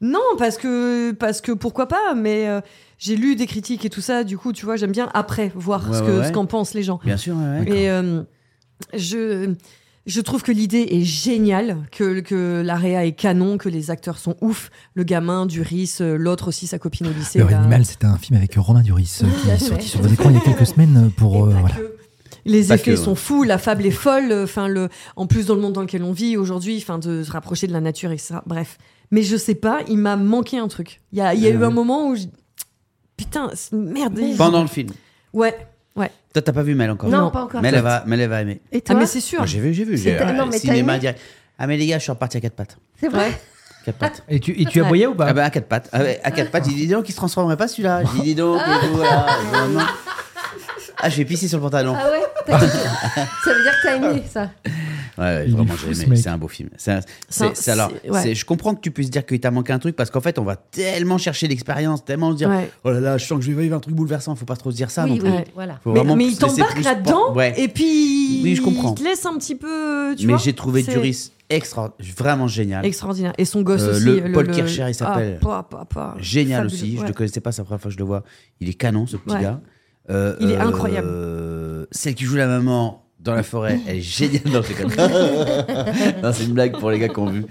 Non, parce que, parce que pourquoi pas, mais euh, j'ai lu des critiques et tout ça, du coup, tu vois, j'aime bien après voir
Ouais,
ce que-
ouais, ouais.
ce qu'en pensent les gens.
Bien sûr, ouais, ouais.
Et euh, je, je trouve que l'idée est géniale, que, que la réa est canon, que les acteurs sont ouf. Le gamin, Duris, euh, l'autre aussi, sa copine au lycée. bah,
L'heure
là.
animale, c'était un film avec euh, Romain Duris euh, qui est sorti sur vos écrans il y a quelques semaines euh,
Et
pour euh,
pas
voilà.
que. Les
Pas que,
effets
ouais.
sont fous, la fable est folle. Enfin, le, en plus dans le monde dans lequel on vit aujourd'hui, enfin de se rapprocher de la nature et ça. Bref, mais je sais pas, il m'a manqué un truc. Il y a, il y a
Ouais,
eu
ouais.
un moment où je- putain, c'est- merde. il-
Pendant le film.
Ouais.
Toi, t'as pas vu Mel encore
Non,
Non.
pas encore.
Mel, elle va, Mel, elle va aimer.
Et
Ah
toi
mais c'est sûr.
Moi, j'ai vu, j'ai vu.
C'est-
J'ai,
non, mais t'as
cinéma
aimé
direct. Ah, mais les gars, je suis reparti à quatre pattes.
C'est vrai.
Quatre pattes.
Et tu, et tu
Ouais.
aboyais ou pas
Ah, bah, à quatre pattes. Ah ouais, à quatre pattes, j'ai dit, dis donc, il se transformerait pas celui-là. J'ai dit, dis donc, et tout, voilà. Vraiment. Ah, je vais pisser sur le pantalon.
Ah ouais t'as- Ça veut dire que t'as aimé ça.
Ouais, ouais,
Il est
vraiment,
fou,
j'ai
ce
aimé.
mec.
C'est un beau film. C'est, un-
C'est un-
c'est- c'est- alors,
c'est- ouais.
c'est- je comprends que tu puisses dire qu'il t'a manqué un truc parce qu'en fait, on va tellement chercher l'expérience, tellement se dire,
Ouais.
oh là là, je sens que je vais vivre un truc bouleversant. Faut pas trop se dire ça. non
oui,
plus.
oui,
Ouais.
voilà.
Faut
Mais,
vraiment
mais
se
il
laisser
t'embarque
plus
là-dedans
por- Ouais.
et puis
Oui, je comprends.
il te laisse un petit peu. Tu
mais
vois,
j'ai trouvé
c'est
Duris extra, vraiment génial.
extraordinaire et son gosse
Euh,
aussi.
le Paul Kircher, il
ah,
s'appelle.
pas- pas- pas-
génial
fabuleux,
aussi. Je
ouais.
le connaissais pas, c'est la première fois que je le vois. Il est canon, ce petit
Ouais.
gars. Euh,
Il est
euh,
incroyable.
Celle qui joue la maman, dans la forêt. Elle est géniale dans ce Non, c'est une blague pour les gars qui ont vu.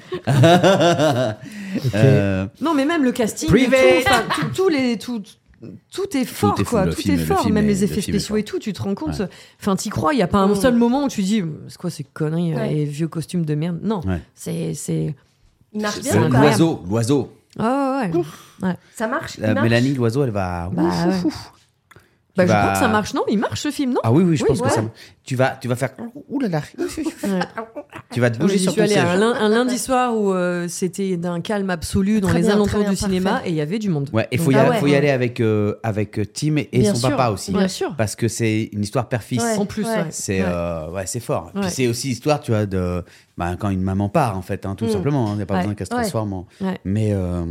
Euh,
Non, mais même le casting,
Privé.
et tout, enfin, tout- tous les, tout, tout est fort,
est-
quoi.
le
Tout
film-
est
le
fort,
film
même
est-
les
le
effets
film est
spéciaux
fort.
et tout. Tu te rends compte, enfin, t'y crois. Il y a pas un seul moment où tu dis, c'est quoi ces conneries
Oh. Ouais.
et vieux costumes de merde. Non,
Ouais.
c'est, c'est,
Il marche bien
euh,
ou pas
l'oiseau, l'oiseau.
ah ouais, ouais.
Ça marche
La
Il marche
Mélanie, l'oiseau, elle va.
Bah, ouais. Bah, je
vas-
crois que ça marche. Non, il marche ce film, non
Ah oui, oui, je
Oui,
pense
ouais.
que ça. Tu vas, tu vas faire. Ouh là là.
Ouais.
Tu vas te
Je
bouger
suis
sur ton
allée un,
siège.
lin- un lundi soir où euh, c'était d'un calme absolu dans
Ah, Très
les
bien,
alentours
très bien,
du cinéma
parfait.
et il y avait du monde.
Ouais, il faut, y
Ah
aller-
ouais.
faut y aller avec, euh, avec Tim et, et
Bien
son
sûr,
papa aussi.
Bien sûr.
Parce que c'est une histoire père-fils.
Ouais.
En plus,
Ouais.
ouais.
C'est
Ouais.
euh, ouais, c'est fort.
Ouais.
Puis c'est aussi l'histoire, tu vois, de bah, quand une maman part, en fait, hein, tout
Mm.
simplement. hein, Il n'y a pas
Ouais.
besoin qu'elle se
Ouais.
transforme en.
Ouais.
Mais euh,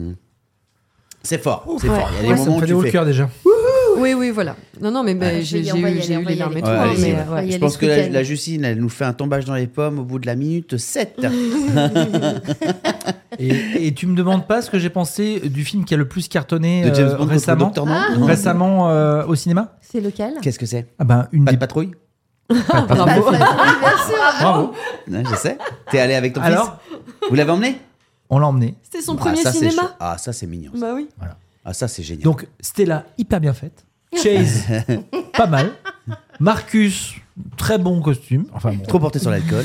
c'est fort. C'est
Ouais.
fort. Il y a
Ouais,
des
ça
moments
me
où
fait des
tu
hauts
fais.
le cœur déjà.
Oui, oui, voilà. Non, non, mais bah,
Ouais. Je vais
j'ai
y-
j'ai
on va y
eu,
aller,
j'ai
on
eu
va
les
y
larmes
aller.
et tout.
Ouais,
hein,
allez-y,
mais,
ouais.
euh, ouais.
Il y
Je
a
pense
des
que la,
week-ends.
la Justine, elle nous fait un tombage dans les pommes au bout de la minute 7.
Et, et tu me demandes pas ce que j'ai pensé du film qui a le plus cartonné
de James
euh,
Bond contre
récemment,
Docteur No. Non.
récemment euh, au cinéma
C'est lequel
Qu'est-ce que c'est
Ah ben une
Pas de
des
patrouille
Bravo.
Bravo.
Non, Je sais. T'es allé avec ton
Alors,
fils Vous l'avez emmené
on l'a emmené.
C'était son
Ah,
premier
ça, c'est chou-
cinéma.
Ah, ça, c'est mignon.
Bah oui.
Ah, ça, c'est génial.
Donc Stella hyper bien faite, Chase pas mal, Marcus très bon costume. Enfin bon.
Trop porté sur l'alcool.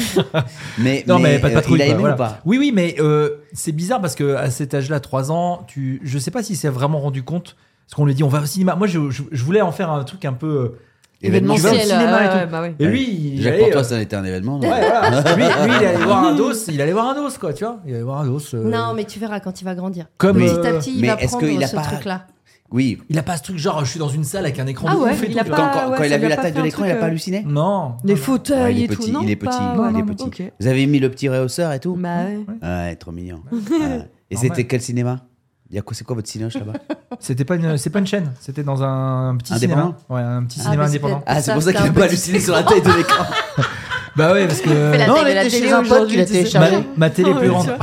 mais,
Non mais, pas de
euh,
patrouille.
Il a
quoi,
aimé
voilà.
ou pas
Oui oui mais euh, c'est bizarre parce que à cet âge-là, 3 ans, tu, je sais pas si s'est vraiment rendu compte parce qu'on lui dit on va au cinéma. Moi je, je- je voulais en faire un truc un peu. euh,
Événementiel.
Tu vas au cinéma
ouais,
et tout.
ouais, bah oui.
Et
Ouais.
lui il
Déjà que
allait,
pour toi,
euh,
ça a été un événement. non
ouais, voilà. lui, lui, il allait voir un dos, il allait voir un dos quoi, tu vois. Il allait voir un dos. euh,
Non, mais tu verras quand il va grandir.
Comme,
petit
euh,
à petit, il
mais
va
est-ce
prendre
qu'il a
ce
pas-
truc-là.
Oui.
Il a pas ce truc genre je suis dans une salle avec un écran
Ah
de
ouais,
ouf et
il
tout,
a
tu
Quand,
vois.
pas-
quand- quand
ouais,
il
ça
a vu
lui
la
pas
taille
fait
de
un
l'écran, il
truc,
a pas
euh,
halluciné
Non.
Les
non, non.
Ah,
fauteuils
Il est
et tout.
petit,
non,
il est
pas-
petit,
ouais.
il est petit.
Ok.
Vous avez mis le petit rehausseur et tout
Bah ouais.
Ouais, trop mignon. Ouais. Et c'était
Normal.
quel cinéma Il y a quoi C'est quoi votre cinoche là-bas
C'était pas une, c'est pas une chaîne, c'était dans un petit
Indépendant
cinéma. Ouais, un petit
Ah,
cinéma
bah, c'est
indépendant.
Ah, c'est pour
Ça,
ça qu'il
c'est
a
un
pas
petit
halluciné sur la taille de l'écran.
Bah ouais, parce que.
la
Non,
taille
on
de la
était
télé
chez un pote,
aujourd'hui,
il a
tu sais.
téléchargé.
Ma, ma télé est plus grande.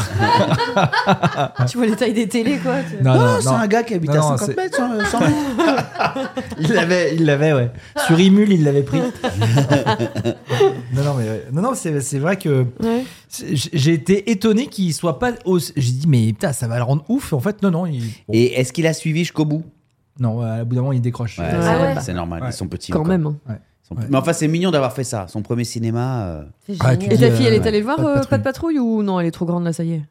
Tu vois les tailles des télés, quoi. tu-
Non,
Ah,
non,
c'est
non.
un gars qui habite
Non,
à
non,
50
c'est-
mètres, 100 100 mètres.
Il l'avait, il l'avait, ouais. Sur Imul, il l'avait pris. non, non, mais ouais. non, non, c'est, c'est vrai que
Ouais.
c'est- j'ai j'ai été étonné qu'il soit pas. au- J'ai dit, mais putain, ça va le rendre ouf. En fait, non, non, il. bon.
Et est-ce qu'il a suivi jusqu'au bout
Non, ouais, au bout d'un moment, il décroche.
Ouais,
Ah
c'est-
ouais.
c'est normal,
Ouais.
ils sont petits.
Quand
encore.
même. hein.
Ils sont
Ouais.
petits. Mais enfin, c'est mignon d'avoir fait ça, son premier cinéma. euh,
C'est
Ah, tu
génial.
Et
dis,
ta fille, elle
euh,
est allée le voir
pas de
euh,
patrouille.
Pas de patrouille ou non Elle est trop grande là, ça y est.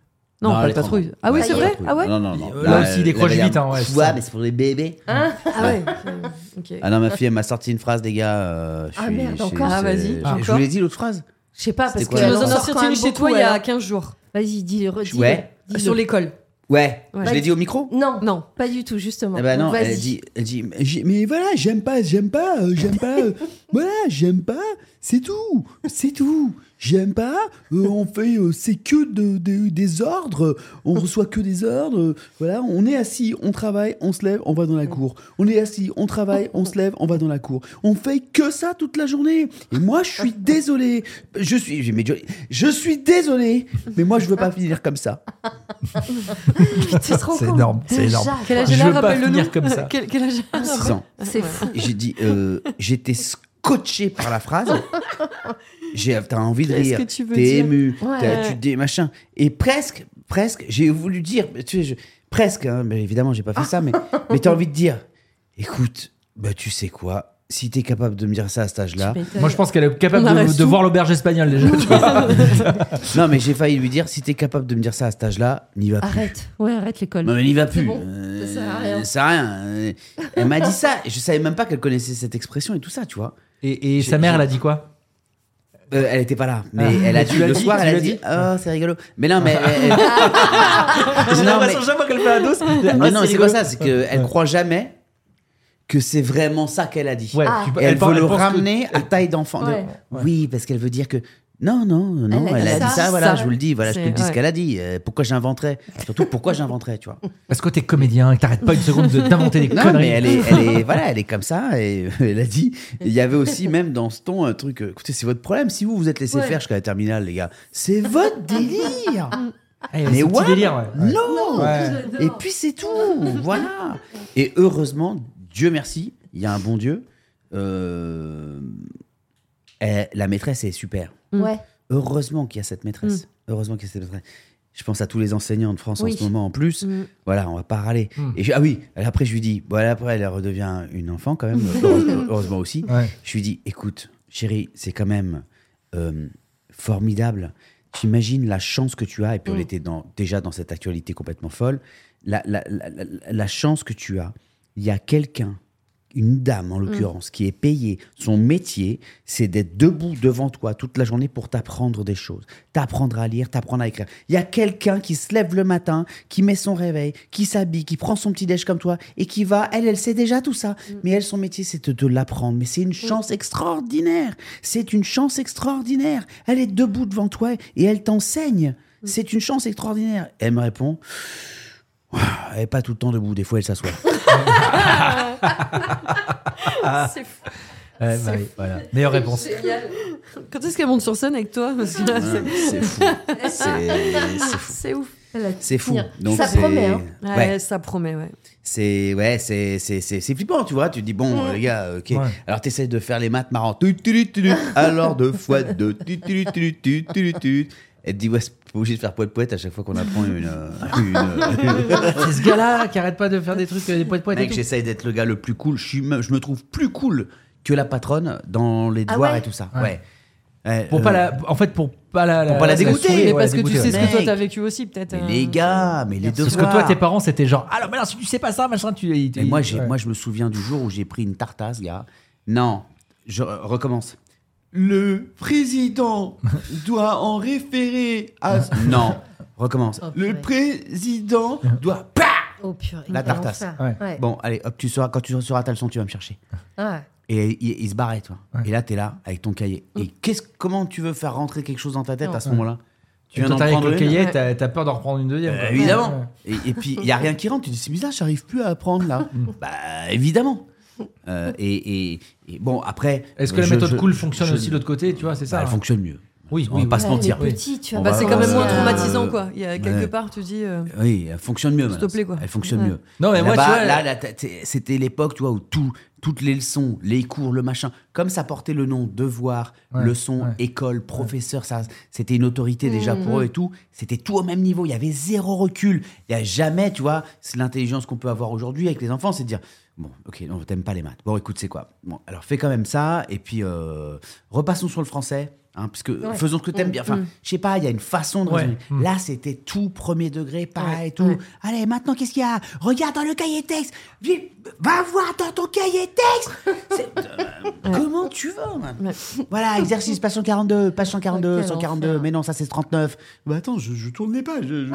Non, pas
elle
de
est trop
patrouille.
grande.
Ah oui,
Ouais,
c'est
pas de
vrai
patrouille.
Ah ouais
Non, non, non.
Là aussi, il
elle-
décroche
elle a l'air-
vite, hein, ouais,
Tu
c'est
vois,
ça.
mais c'est pour les bébés.
Ah ouais. Ok.
Ah non, ma fille, elle m'a sorti une phrase, les gars. euh, je
Ah
suis-
merde,
je-
encore
je-
Ah, vas-y,
je-
encore.
Je vous l'ai dit l'autre phrase.
Je sais pas,
C'était
parce que.
quoi,
Tu
Ouais,
nous
elle
en
alors
as
sort quand
sorti
même
une chez
beaucoup,
toi il y a
alors.
15 jours.
Vas-y, dis-le, redis.
Ouais.
Sur l'école.
Ouais,
Ouais.
je l'ai dit au micro
Non,
Non.
pas du tout, justement.
Eh ben non,
Donc, vas-y.
elle dit, elle dit, mais j'ai- mais voilà, j'aime pas, j'aime pas, euh, j'aime pas, euh, voilà, j'aime pas, c'est tout, c'est tout, j'aime pas, euh, on fait, euh, c'est que de- de- des ordres, on reçoit que des ordres, euh, voilà, on est assis, on travaille, on se lève, on va dans la cour, on est assis, on travaille, on se lève, on va dans la cour, on fait que ça toute la journée, et moi je suis désolé, je suis, j'ai- mais je, je suis désolé, mais moi je veux pas finir comme ça.
C'est trop
C'est
con.
énorme, c'est énorme.
Déjà,
Quel âge
Je
elle a
veux pas
Rappelle-le
finir
nous.
comme ça.
Quel quel âge elle a
Six ans.
C'est fou.
Et J'ai dit, euh, j'étais scotché par la phrase. J'ai, t'as envie de
Qu'est-ce
rire,
que tu veux
t'es
dire
ému,
Ouais.
t'as- tu te dis machin. Et presque, presque, j'ai voulu dire, tu sais, je- presque, hein, mais évidemment, j'ai pas fait ça, mais, mais t'as envie de dire, écoute, bah tu sais quoi, si t'es capable de me dire ça à cet âge-là,
Moi, je pense qu'elle est
On
capable
arrête
de, de
tout.
voir l'auberge espagnole déjà. tu vois.
non mais j'ai failli lui dire, si t'es capable de me dire ça à cet âge-là, n'y va plus.
Arrête. Ouais, arrête l'école.
Non mais n'y va plus.
Ah, bon,
Euh,
ça sert à rien.
ça sert à rien. Euh, Elle m'a dit ça, et je savais même pas qu'elle connaissait cette expression et tout ça, tu vois.
Et, et
J'ai-
sa mère, elle a dit quoi
Euh, elle était pas là, mais
Ah.
elle a
Mais
dit
tu l'as
le
dit,
soir,
tu
elle a
l'as
dit,
dit
oh, c'est rigolo. Mais non, mais. elle- elle-
J'ai
Non,
l'impression
mais-
chaque fois qu'elle fait la dose. elle-
mais
ah,
non, mais c'est
rigolo.
quoi ça C'est qu'elle croit jamais que c'est vraiment ça qu'elle a dit.
Ouais, tu-
Et elle,
Ah. pense-
veut le
pense que-
ramener à taille d'enfant.
Ouais.
De- Oui, parce qu'elle veut dire que. Non, non, non, elle, a dit ça, voilà,
ça.
je vous le dis, voilà, je te
C'est-
le dis ce
ouais.
qu'elle a dit. Euh, pourquoi j'inventerais Surtout pourquoi j'inventerais, tu vois.
Parce que t'es comédien et que t'arrêtes pas une seconde de- d'inventer des
Non,
conneries.
mais elle est, elle est, voilà, elle est comme ça et euh, elle a dit. Il y avait aussi même dans ce ton un truc. euh, Écoutez, c'est votre problème si vous vous êtes laissé
Ouais.
faire jusqu'à la terminale, les gars. C'est votre délire.
Eh,
Mais
ce petit
what
délire, ouais. Ouais.
Non.
Ouais.
Et puis c'est tout. voilà. Et heureusement, Dieu merci, il y a un bon Dieu. euh, Euh, la maîtresse est super.
Mm.
Ouais.
Heureusement qu'il y a cette maîtresse. Heureusement qu'il y a cette maîtresse. Je pense à tous les enseignants de France
Oui.
en ce moment en plus.
Mm.
Voilà, on va pas râler.
Mm.
Et je- ah oui, après je lui dis, voilà, après elle redevient une enfant quand même, heureusement, heureusement aussi.
Ouais.
Je lui dis, écoute, chérie, c'est quand même euh, formidable. Tu imagines la chance que tu as, et puis on était dans, déjà dans cette actualité complètement folle, la, la- la- la- la chance que tu as. Il y a quelqu'un, une dame en l'occurrence, qui est payée. Son métier, c'est d'être debout devant toi toute la journée pour t'apprendre des choses, t'apprendre à lire, t'apprendre à écrire. Il y a quelqu'un qui se lève le matin, qui met son réveil, qui s'habille, qui prend son petit déj comme toi et qui va, elle, elle sait déjà tout ça.
Mm.
Mais elle, son métier, c'est de, de l'apprendre. Mais c'est une chance extraordinaire. C'est une chance extraordinaire. Elle est debout devant toi et elle t'enseigne.
Mm.
C'est une chance extraordinaire. Elle me répond. Ouah, Elle n'est pas tout le temps debout, des fois elle s'assoit.
C'est fou.
Ouais, bah oui, voilà. Meilleure réponse.
Génial. Quand est-ce qu'elle monte sur scène avec toi Parce que là, c'est-
c'est fou. C'est c'est fou.
C'est ouf.
Elle a-
C'est fou.
Tiens,
Donc,
ça
c'est-
promet. hein.
Ouais,
Ouais.
Ça promet, ouais.
c'est ouais c'est c'est c'est c'est flippant tu vois tu te dis bon euh, les gars ok
Ouais.
alors t'essayes de faire les maths marrantes Tut, tut, tut, tut. alors deux fois deux Tut, tut, tut, tut, tut, tut. elle te dit ouais c'est pas obligé de faire poète poète à chaque fois qu'on apprend une, euh, une- une-
C'est ce gars-là qui arrête pas de faire des trucs, euh, des poètes poètes et
mec
tout.
j'essaye d'être le gars le plus cool je suis me- je me trouve plus cool que la patronne dans les
Ah
devoirs
ouais
et tout ça
Ouais.
ouais, Ouais,
Pour
euh,
pas la, en fait, pour pas la,
Pour pas la dégoûter,
saouler,
mais
ouais,
parce
la
que tu
dégoûter,
sais
ouais.
ce que toi
Mec.
t'as vécu aussi, peut-être.
mais
euh,
les gars mais les deux
Parce que toi, tes parents, c'était genre, ah non, mais alors, si tu sais pas ça, machin, tu. il-
Mais
il-
moi, j'ai-
ouais.
moi, je me souviens du jour où j'ai pris une tartasse, gars. Non, je re- recommence. Le président doit en référer à. Euh, Non, recommence.
Oh,
le
purée.
président doit. Pah
Oh purée.
La
quel
tartasse.
enfer.
Ouais.
Ouais.
bon, allez, hop, tu seras, quand tu seras à ta leçon, tu vas me chercher.
Ah.
Et il, il se barrait, toi. Et là, t'es là avec ton cahier. Et
Mm.
qu'est-ce, comment tu veux faire rentrer quelque chose dans ta tête à ce moment-là
Tu viens
d'en
avec le
une
cahier, t'as t'as peur d'en reprendre une deuxième.
Euh,
quoi. Ouais.
évidemment. Et, et puis, il n'y a rien qui rentre. Tu te dis, c'est bizarre, j'arrive plus à apprendre là.
Mm.
bah, évidemment. Euh, et, et- et bon, après.
Est-ce que la
je-
méthode
je-
cool fonctionne
je-
aussi de l'autre côté, tu vois, c'est
Bah,
ça hein
Elle fonctionne mieux.
Oui,
on
oui,
va pas
oui.
se
Ouais,
mentir.
les petits, tu vas
On
pas
Bah, c'est
Ouais,
quand même
ouais,
moins
ouais.
traumatisant, quoi. Il y a quelque
ouais.
part, tu dis. euh,
Oui, elle fonctionne mieux.
te
maintenant.
plaît, quoi.
Elle fonctionne
Ouais.
mieux.
Non, mais moi,
Là-bas,
tu vois,
là, là, t'as- t'es- c'était l'époque, tu vois, où tout, toutes les leçons, les cours, le machin, comme ça portait le nom, devoir,
Ouais,
leçon,
ouais.
école, professeur, ça, c'était une autorité déjà
Mmh.
pour eux et tout. C'était tout au même niveau. Il y avait zéro recul. Il n'y a jamais, tu vois, c'est l'intelligence qu'on peut avoir aujourd'hui avec les enfants, c'est de dire. Bon, ok, on t'aime pas les maths. Bon, écoute, c'est quoi Bon, alors fais quand même ça, et puis euh, repassons sur le français, hein, parce que faisons ce que
Mmh.
t'aimes bien. Enfin, je sais pas, il y a une façon de
Ouais. Mmh.
raisonner. Là, c'était tout premier degré, pas
Ouais,
et tout.
ouais.
Allez, maintenant, qu'est-ce qu'il y a Regarde dans le cahier de texte. Viens, Va voir dans ton cahier de texte. C'est- euh, Comment tu veux man Voilà, exercice, page 142, page 142,
quel
142.
enfer. Ah.
Mais non, ça, c'est 39. Bah attends, je, je tourne les pages. je- je-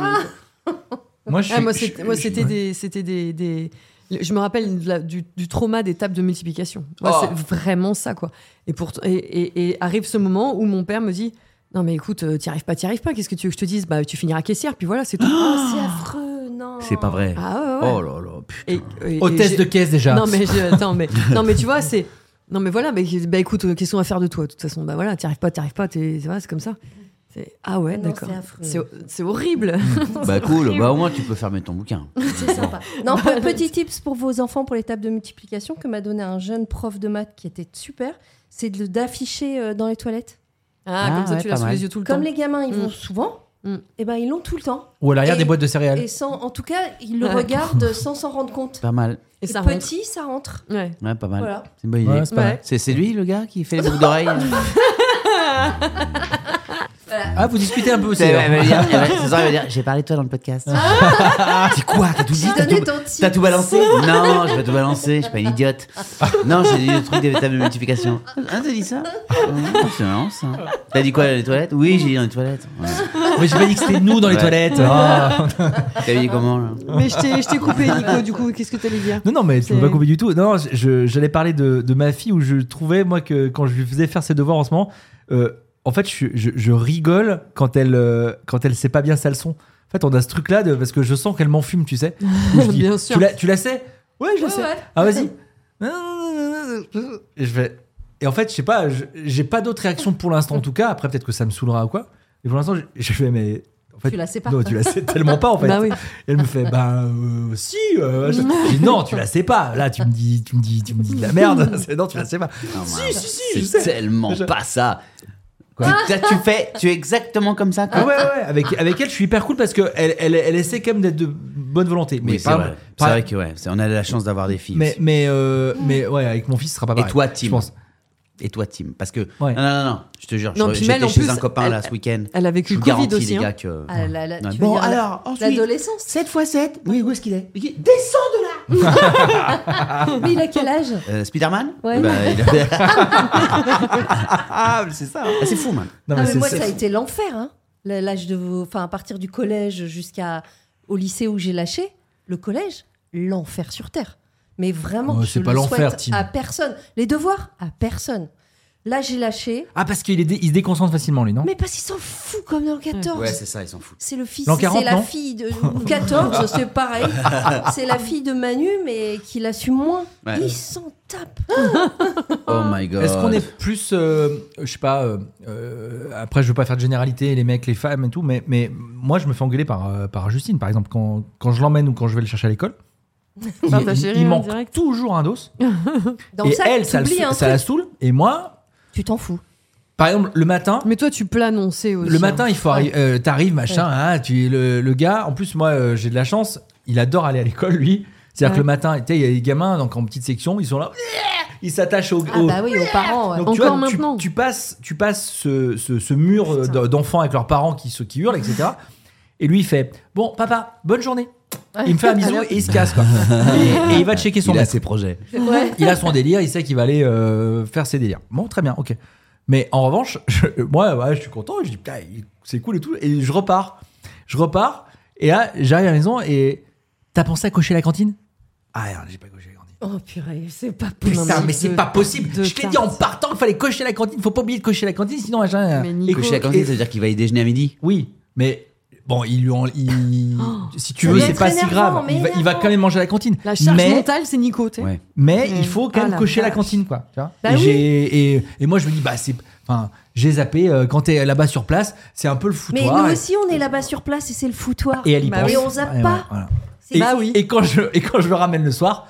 Moi, je
Ah, moi,
suis-
c'était moi, c'était des, c'était des, des- Je me rappelle de la- du, du trauma des tables de multiplication. Moi,
Oh.
C'est vraiment ça, quoi. Et, pour, et, et- et arrive ce moment où mon père me dit Non, mais écoute, euh, t'y arrives pas, t'y arrives pas. Qu'est-ce que tu veux que je te dise Bah, tu finiras caissière, puis voilà, c'est tout.
Ah.
Oh, c'est affreux, non.
vrai.
ah ouais, ouais.
Oh là là, putain.
Et- et- et
Hôtesse
j'ai-
de caisse déjà.
Non, mais, j'ai- attends, mais, non, mais tu vois, c'est. Non, mais voilà, mais, bah, écoute, euh, qu'est-ce qu'on va faire de toi De toute façon, bah voilà, t'y arrives pas, t'y arrives pas, t'es- c'est voilà, c'est comme ça. C'est- Ah ouais,
Non,
d'accord.
c'est affreux.
C'est c'est horrible. Ah,
Bah cool, bah au moins, tu peux fermer ton bouquin.
C'est sympa. Non, pe- petit tips pour vos enfants pour les tables de multiplication que m'a donné un jeune prof de maths qui était super, c'est de- d'afficher euh, dans les toilettes.
Ah,
Ah,
comme ça,
ouais,
tu l'as
pas
sous
mal.
les yeux tout le temps.
Comme les gamins, ils
Mm.
vont souvent,
Mm.
et ben ils l'ont tout le temps.
Ou à l'arrière
Et-
des boîtes de céréales.
Et sans, en tout cas, ils le
Ouais.
regardent sans s'en rendre compte.
Pas mal.
Et ça rentre.
petit, Ah, ça rentre.
Ouais.
Ouais, pas mal.
Voilà.
C'est une bonne idée.
Ouais, c'est pas
Ouais.
mal.
C'est c'est lui, le gars, qui fait les boucles d'oreilles
Ah, vous discutez un peu aussi.
C'est
alors.
elle va dire- elle va- c'est ça, elle va dire, j'ai parlé de toi dans le podcast.
Ah,
C'est quoi T'as tout dit
J'ai
T'as
donné
tout-
ton tips.
T'as tout balancé Non, j'ai pas tout balancé, je suis pas une idiote. Non, j'ai dit le truc des tables de multiplication. Ah, t'as dit ça Ah, C'est marrant ça. T'as dit quoi dans les toilettes Oui, j'ai dit dans les toilettes. Ouais.
Mais j'ai pas dit que c'était nous dans les
Ouais.
toilettes. Ah.
T'as dit comment là
Mais je t'ai, je t'ai coupé, Nico, du coup, qu'est-ce que t'allais dire
Non, non, mais tu
C'est-
peux pas couper du tout. Non, je- je- j'allais parler de, de ma fille où je trouvais, moi, que quand je lui faisais faire ses devoirs en ce moment, euh, en fait, je, je- je rigole quand elle, euh, quand elle sait pas bien sa leçon. En fait, on a ce truc-là de, parce que je sens qu'elle m'enfume, tu sais. Où je dis,
Bien sûr.
Tu la, tu la sais Ouais, je la
Ouais,
sais.
ouais.
Ah, vas-y. Et je vais. Et en fait, je sais pas, je- j'ai pas d'autre réaction pour l'instant, en tout cas. Après, peut-être que ça me saoulera ou quoi. Et pour l'instant, je, je fais, mais En fait,
Tu la sépares,
Non,
toi.
tu la sais tellement pas en fait.
Bah oui.
Elle me fait bah euh, si. euh, je- je dis, non, tu la sais pas. Là, tu me dis, tu me dis, tu me dis de la merde. C'est- non, tu la sais pas. si, si, si, je
C'est
sais.
tellement pas ça. Tu- ça, tu fais, tu es exactement comme ça. quoi.
Ah ouais, ouais. Avec avec elle, je suis hyper cool parce que elle, elle, elle essaie quand même d'être de bonne volonté. Mais
Oui, c'est
par-
vrai. C'est
par-
vrai que ouais, c'est- on a la chance d'avoir des filles.
Mais
aussi.
mais euh, mais ouais, avec mon fils, ce sera pas
Et
pareil.
toi,
je
Tim
pense.
Et toi, Tim Parce que
Ouais.
non, non, non, non, je te jure,
Non,
je-
puis Mel,
j'étais
en
chez
plus,
un copain
elle-
là ce week-end.
elle a vécu
Je vous
le Covid
garantis,
aussi,
les
hein.
gars, que.
Ah, là, là,
Ouais.
tu veux
Bon
dire la-
alors, ensuite,
L'adolescence.
7 x 7 Oui, où est-ce qu'il est, Il-
Mais il a quel âge
Euh, Spider-Man
Ouais.
Bah, il a- Ah, mais c'est ça. Ah, c'est fou, man.
Non,
Ah,
mais
mais
c'est-
moi,
c'est-
ça a été l'enfer. hein. Le- L'âge de vos... enfin, à partir du collège jusqu'à au lycée où j'ai lâché le collège, l'enfer sur terre. Mais vraiment,
Oh,
je
c'est
le
pas l'enfer,
souhaite
Tim.
à personne. Les devoirs, à personne. Là, j'ai lâché.
Ah parce qu'il est dé- il se déconcentre facilement lui, non
Mais parce qu'ils s'en foutent comme dans le 14.
Mmh. Ouais, c'est ça, ils s'en foutent.
c'est le fils,
L'an
c'est
40,
la
non
fille de ou 14, c'est pareil. C'est la fille de Manu, mais qui l'assume moins.
Ouais.
Ils s'en tapent.
Oh my god.
Est-ce qu'on est plus, euh, je sais pas, euh, euh, après je veux pas faire de généralité, les mecs, les femmes et tout, mais, mais moi je me fais engueuler par, euh, par Justine, par exemple, quand, quand je l'emmène ou quand je vais le chercher à l'école. Il,
Par ta
il-
chérie,
il
en
manque
direct.
toujours un dos.
Dans
et
ça,
elle, ça, le
t'oublies
sou-
un
ça la
truc.
saoule. Et moi,
Tu t'en fous.
par exemple, le matin,
Mais toi, tu peux l'annoncer aussi.
le
hein.
matin il faut arri- euh, t'arrives, machin, ah, tu, le, le gars, en plus moi euh, j'ai de la chance, il adore aller à l'école lui. C'est-à-dire
Ouais.
que le matin, tu sais, il y a les gamins donc, en petite section, ils sont là, ils s'attachent au,
Ah
au-
bah oui, aux parents. ouais.
Oh. Donc, tu,
Encore
vois, tu-
maintenant.
tu passes, tu passes ce, ce- ce mur euh, d- d'enfants avec leurs parents qui, se- qui hurlent, etc. Et lui, il fait Bon, papa, bonne journée. Il me fait un bisou et il se casse. Quoi. Et, et il va checker son
Il a
maître.
ses projets.
Il a son délire, il sait qu'il va aller euh, faire ses délires. Bon, très bien, ok. Mais en revanche, je- moi, ouais, je suis content, je dis Putain, il- c'est cool et tout. Et je repars. Je repars. Et là, j'arrive à la maison et t'as pensé à cocher la cantine Ah, merde, j'ai pas coché la cantine.
Oh purée, c'est pas
Putain,
Non,
mais, c'est
de-
pas possible.
de
Je t'ai dit
tarte.
en partant qu'il fallait cocher la cantine. Faut pas oublier de cocher la cantine, sinon machin.
Mais Nico-
Coucher à la cantine, ça veut dire qu'il va y déjeuner à midi.
Oui, mais bon, ils lui ont. ils- si tu
Ça
veux,
doit
c'est
être
pas si
énervant,
grave.
mais
Il va, il va
énervant.
quand même manger à la cantine.
La charge
mais,
mentale, c'est Nico, tu sais.
Ouais.
Mais
Mm.
il faut quand
Ah,
même
la
cocher la
vache.
cantine, quoi. tu vois.
Bah
et,
oui.
j'ai- et, et moi, je me dis, bah, c'est. Enfin, j'ai zappé. euh, quand t'es là-bas sur place, c'est un peu le
Mais
foutoir.
nous
et-
aussi, on est là-bas sur place et c'est le foutoir.
Et elle y
Bah
pense.
oui.
Et on zappe pas.
Ouais, voilà, voilà.
C'est-
Et,
Bah oui.
et quand je, et quand je le ramène le soir,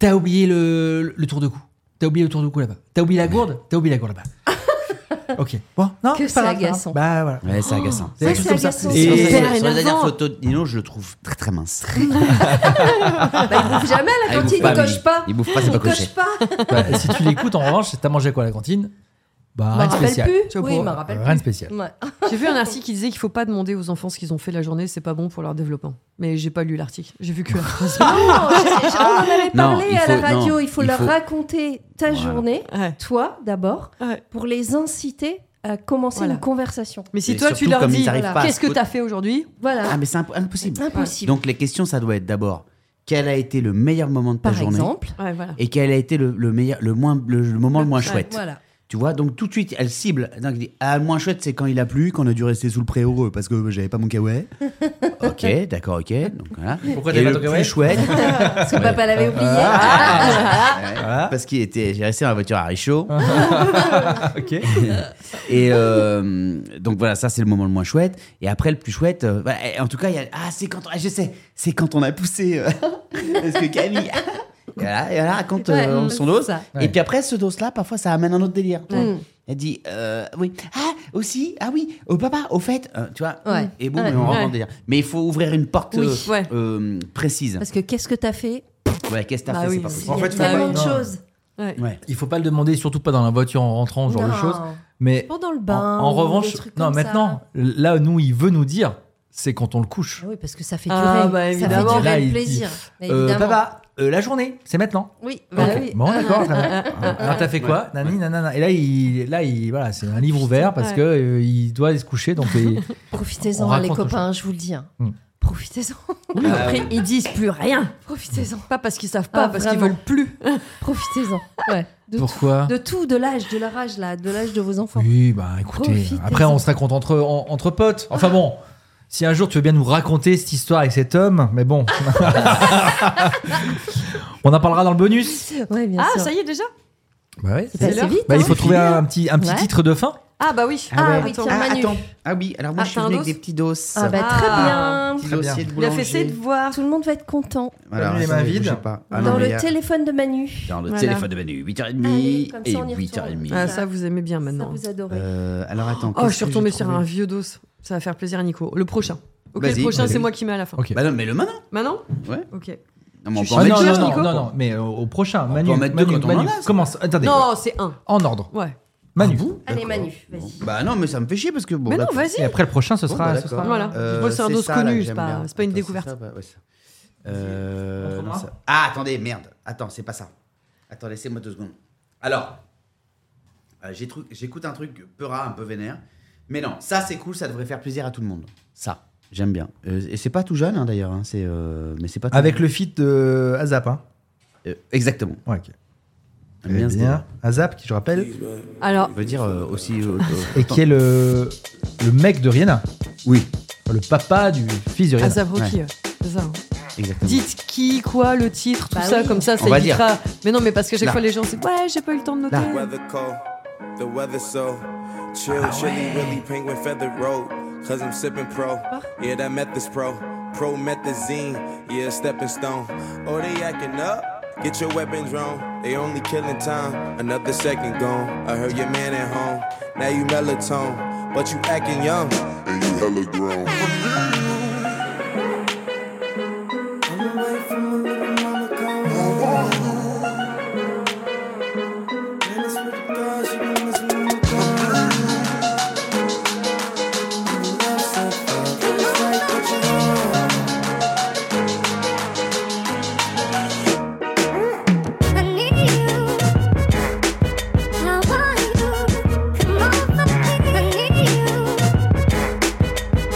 t'as oublié le, le tour de cou. T'as oublié le tour de cou là-bas. T'as oublié la gourde. T'as oublié la gourde là-bas. ok. Bon, non,
Que
c'est
c'est
pas grave, pas
agaçant.
grave. Bah voilà.
Ouais, c'est agaçant.
C'est
Ça,
juste
Oh, c'est
comme ça.
agaçant.
Sur
Et-
les-
hyper
sur les dernières
énervant.
photos de Nino, je le trouve très très mince.
Bah, il bouffe jamais à
Ah,
la
il bouffe
cantine,
pas,
il
lui.
coche pas.
Il bouffe pas, c'est
Il
pas
coche
coché.
pas.
Bah, si tu l'écoutes, en revanche, t'as mangé quoi à la cantine Bah,
Je me
rien de
rappelle
spécial.
plus.
Tu vois,
Oui,
pour-
il me rappelle
Rien de spécial.
plus. Mm. Ouais.
J'ai vu un article qui disait qu'il faut pas demander aux enfants ce qu'ils ont fait la journée, c'est pas bon pour leur développement. Mais j'ai pas lu l'article, j'ai vu que la phrase.
Non, j'ai- j'ai- on en avait
Non,
parlé
il
à
faut-
la radio.
non,
il faut
il
leur
faut-
raconter ta
Voilà.
journée,
Ouais.
toi d'abord,
Ouais.
pour les inciter à commencer
Voilà.
une conversation.
Mais si
Et
toi tu
surtout,
leur
comme ils
dis
arrivent
voilà,
pas à
qu'est-ce
se
que t'as fait aujourd'hui,
Voilà,
Ah, mais c'est imp- impossible.
impossible.
Donc les questions, ça doit être d'abord quel a été le meilleur moment de ta
Par
journée
exemple,
ouais, voilà.
et quel a été le, le meilleur, le moins, le, le moment le moins
Ouais,
chouette.
voilà.
Tu vois, donc tout de suite, elle cible. Donc, elle dit, ah, le moins chouette, c'est quand il a plu, qu'on a dû rester sous le pré heureux parce que j'avais pas mon kawaii. ok, d'accord, ok. Donc voilà.
Pourquoi
Et
t'avais pas
le
ton kawaii
plus chouette Ah,
Parce que papa
Euh,
Ah, l'avait oublié.
ah,
Parce qu'il était, j'ai resté dans la voiture à Richaud.
Ah. Ok.
Et euh, donc voilà, ça c'est le moment le moins chouette. Et après le plus chouette, euh, voilà, et en tout cas, il y a, ah c'est quand, on- ah, je sais, c'est quand on a poussé. euh, parce que Camille, et voilà, et voilà, raconte euh,
Ouais,
son
c'est
dose.
ça.
Et puis après ce dose là, parfois ça amène un autre délire. tu
Mm.
vois. Elle dit, euh, oui, ah aussi, ah oui, au papa, au fait, euh, tu vois.
Ouais.
Et bon,
Ouais.
on rentre dans
Ouais.
le délire. Mais il faut ouvrir une porte
Oui,
euh,
ouais.
euh, précise.
Parce que qu'est-ce que t'as fait
Ouais, qu'est-ce que t'as
Bah
fait,
oui,
c'est pas
c'est-
possible.
En
Il y a
fait, faut
tellement
Ah, pas-
de
non.
choses.
Ouais.
Ouais.
Il faut pas le demander, surtout pas dans la voiture en rentrant, ce genre de
Non.
choses. Mais
Pas dans le
en,
bain.
en
ou des
revanche,
trucs
non,
comme ça.
maintenant, là, nous, il veut nous dire, c'est quand on le couche.
Ah Oui, parce que ça fait durer.
Ah, bah, évidemment.
Ça fait
Là,
durer
il
le
dit,
plaisir.
Euh,
évidemment.
papa, euh, la journée, c'est maintenant.
Oui, bah
Ok.
oui. ah,
Bon, d'accord. très bien. Alors, t'as fait quoi Nani, nanana. Et là, il, là, il, voilà, c'est un livre ouvert parce
ouais.
que euh, il doit aller se coucher. Donc, il- On
Profitez-en,
raconte
les
nos
copains, je vous le dis. hein.
Hmm.
Profitez-en.
Après, ils disent plus rien.
Profitez-en.
Pas parce qu'ils savent
Ah,
pas, parce qu'ils
vraiment.
veulent plus.
Profitez-en. Ouais. De, tout,
pourquoi
de tout, de l'âge, de leur âge, là, de l'âge de vos enfants.
Oui, bah écoutez,
Profitez-en.
après on se raconte entre, en- entre potes. Enfin bon, si un jour tu veux bien nous raconter cette histoire avec cet homme, mais bon. on en parlera dans le bonus.
Ouais, bien
Ah,
sûr.
ça y est déjà
Bah ouais.
C'est
C'est
passé
l'heure
vite.
Bah, il
hein.
faut trouver un petit, un petit
Ouais.
titre de fin.
Ah bah oui.
Ah oui,
Attends.
tiens, Manu.
attends. Ah oui, alors moi
Ah,
je suis
t'as un
venu
dos
avec des petits dos.
Ah bah,
Ah.
très bien.
Très bien.
Il a fait ses devoirs.
Tout le monde va être content.
Voilà,
J'ai les mains
attendez,
vides.
bougez pas. Ah non,
Dans
mais
le
il y a-
téléphone de Manu.
Dans le
Voilà.
téléphone de Manu, 8h30
Allez, comme ça,
et
on y retourne.
8h30.
Ah, ça, vous aimez bien
Ça,
maintenant.
vous adorez.
Euh, alors attends.
Oh,
qu'est-ce
je suis
que j'ai
retombée sur
trouvé
un vieux dos. Ça va faire plaisir à Nico. Le prochain. Ok,
Vas-y,
le prochain,
vas-y.
c'est moi qui mets à la fin.
Ok.
Bah non, mais le maintenant.
Maintenant
Ouais.
Ok.
Non, mais
Tu
on
non, non,
peut en mettre
Ah, mais tu
deux,
non,
cherches,
non,
Nico
non, non, mais au, au prochain.
peut
Manu,
en mettre deux
Manu,
quand on
Manu,
en Ah, a, ça.
commence. Attendez,
Non, c'est un.
en ordre.
Ouais.
Manu.
Allez,
D'accord.
Manu, vas-y.
Bon. Bah non, mais ça me fait chier parce que bon.
Mais non,
d'accord.
Et
vas-y.
après le prochain, ce
Bon,
sera.
bah,
ce
d'accord.
sera-
Voilà. Moi, c'est un dos
ça, là,
connu,
que
c'est
j'aime
pas-
bien.
c'est pas une
Attends,
découverte.
ça, bah, ouais, ça. Euh,
On
non,
prendra
ça- Ah, attendez, merde. Attends, c'est pas ça. Attends, laissez-moi deux secondes. Alors, euh, j'ai tru- j'écoute un truc peu rare, un peu vénère. Mais non, ça c'est cool, ça devrait faire plaisir à tout le monde. Ça, j'aime bien. Euh, et c'est pas tout jeune hein, d'ailleurs. hein, c'est, euh, mais c'est pas tout
Avec le feat de Azap. Hein.
Euh, exactement.
Ouais, ok.
Eh
J'aime bien ce délire.
Azap, qui je rappelle,
Alors,
Ça veut dire euh, aussi. euh,
Et qui est le, le mec de Rihanna.
Oui,
Le papa du fils de Rihanna.
Azab Rocky. euh, c'est ça, hein.
exactement.
Dites qui, quoi, le titre, tout
Bah
ça,
oui.
comme ça, ça
On va
évitera. Mais non, mais parce qu'à chaque
Là.
fois, les gens, c'est ouais, j'ai pas eu le temps de noter.
Là.
Weather cold, the weather so chill, chilly, willy, penguin feather road. Cause I'm sipping pro. Yeah, that meth is pro. Promethazine, yeah, stepping stone. Oh, they acting up. Get your weapons wrong. They only killing time. Another second gone. I heard your man at home. Now you melatonin, but you acting young. And you hella grown. I'm away from a little mama gone. And I swear to God, she been missing when I'm gone. And the love so far, but it's like what you want.
I need you. I want you. Come on, I need you.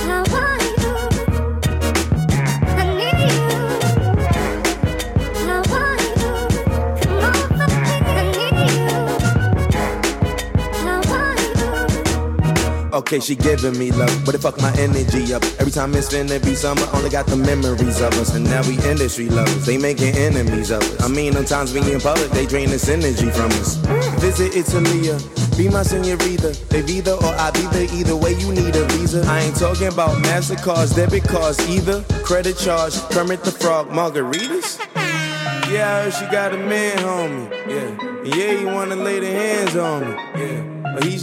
I want you. I need you. I want you. Come on, I need you. I want you.
Okay, she giving me love, but it fuck my energy up. Every time it's finna be summer, only got the memories of us. And now we industry lovers, they making enemies of us. I mean, sometimes we in public, they drain this energy from us. Visit Italia, be my senorita. They either or I be there, either way you need a visa. I ain't talking about MasterCards, debit cards either. Credit charge, permit the frog, margaritas. Yeah, I heard she got a man, homie. Yeah, and yeah, he wanna lay the hands on me. Yeah, but he should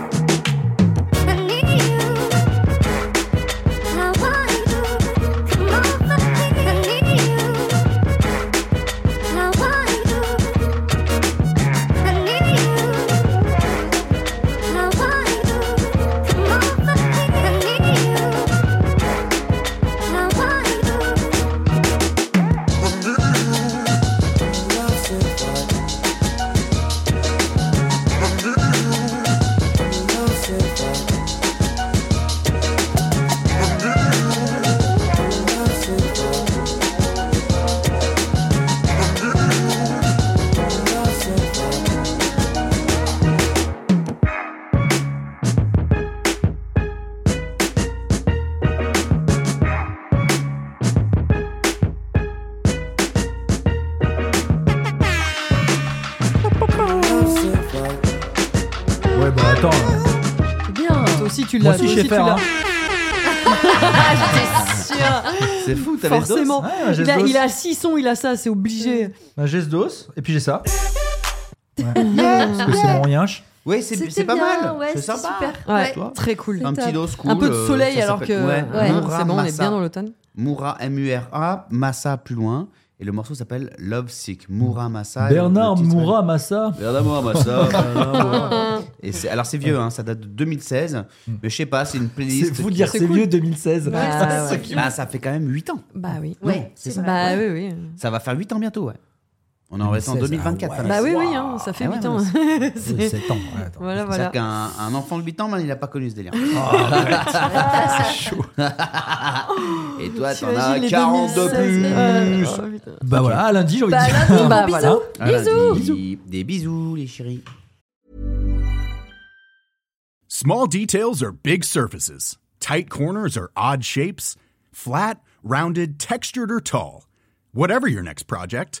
I need you. I want you. Come on, I need you. I want you. I need you. I want you. Come on, I need you. I want you.
Ouais, bah attends.
C'est bien.
Toi aussi, tu
Moi
l'as.
aussi,
toi
je sais
tu
faire,
l'as.
hein.
Sûr.
C'est fou, t'avais le dos.
Forcément.
Ouais, Ah, j'ai
Ah, il, a,
ce dos.
il a six sons, il a ça, c'est obligé.
Bah, J'ai ce dos, et puis j'ai ça. Ouais. Parce que c'est mon yinche.
Oui, c'est,
C'était
c'est pas
bien,
mal.
ouais,
c'est
c'était
sympa.
super.
Ouais,
Ouais.
Toi
très cool.
Un
top.
petit dos cool.
Un peu de
euh,
soleil
ça
alors que.
s'appelle- Ouais,
Ouais.
Moura
C'est bon, on est
Massa.
bien dans l'automne.
Moura, M-U-R-A, Massa plus loin. Et le morceau s'appelle Love Sick. Moura Massa. et le-
Bernard
le titre-
Moura Massa.
Bernard Moura Massa. Bernard Moura. Et c'est- alors c'est vieux, hein, ça date de 2016. Mais je sais pas, c'est une playlist.
Hmm. C'est fou de dire
c'est
c'est
cool.
vieux 2016.
Bah, ouais.
Bah, ça fait quand même 8 ans.
Bah oui.
Ouais, c'est vrai.
Bah oui, oui.
Ça va faire 8 ans bientôt, ouais. On est en reste en
2016,
2024.
ah ouais.
Bah oui,
Waouh.
oui, hein, ça fait
Ah ouais,
8
non,
ans.
mais
C'est-
C'est 7 ans. ouais, attends.
Voilà, voilà.
C'est-à-dire qu'un un enfant de 8 ans, man, il a pas connu ce délire.
Oh,
Et toi, t'en as 42 plus.
Bah voilà, à lundi, j'ai envie de
Bah,
dire. Ah,
lundi,
Euh, Bah,
gros bisous.
voilà.
À lundi.
Bisous.
Des bisous, les chéris.
Small details are big surfaces, tight corners are odd shapes, flat, rounded, textured, or tall. Whatever your next project,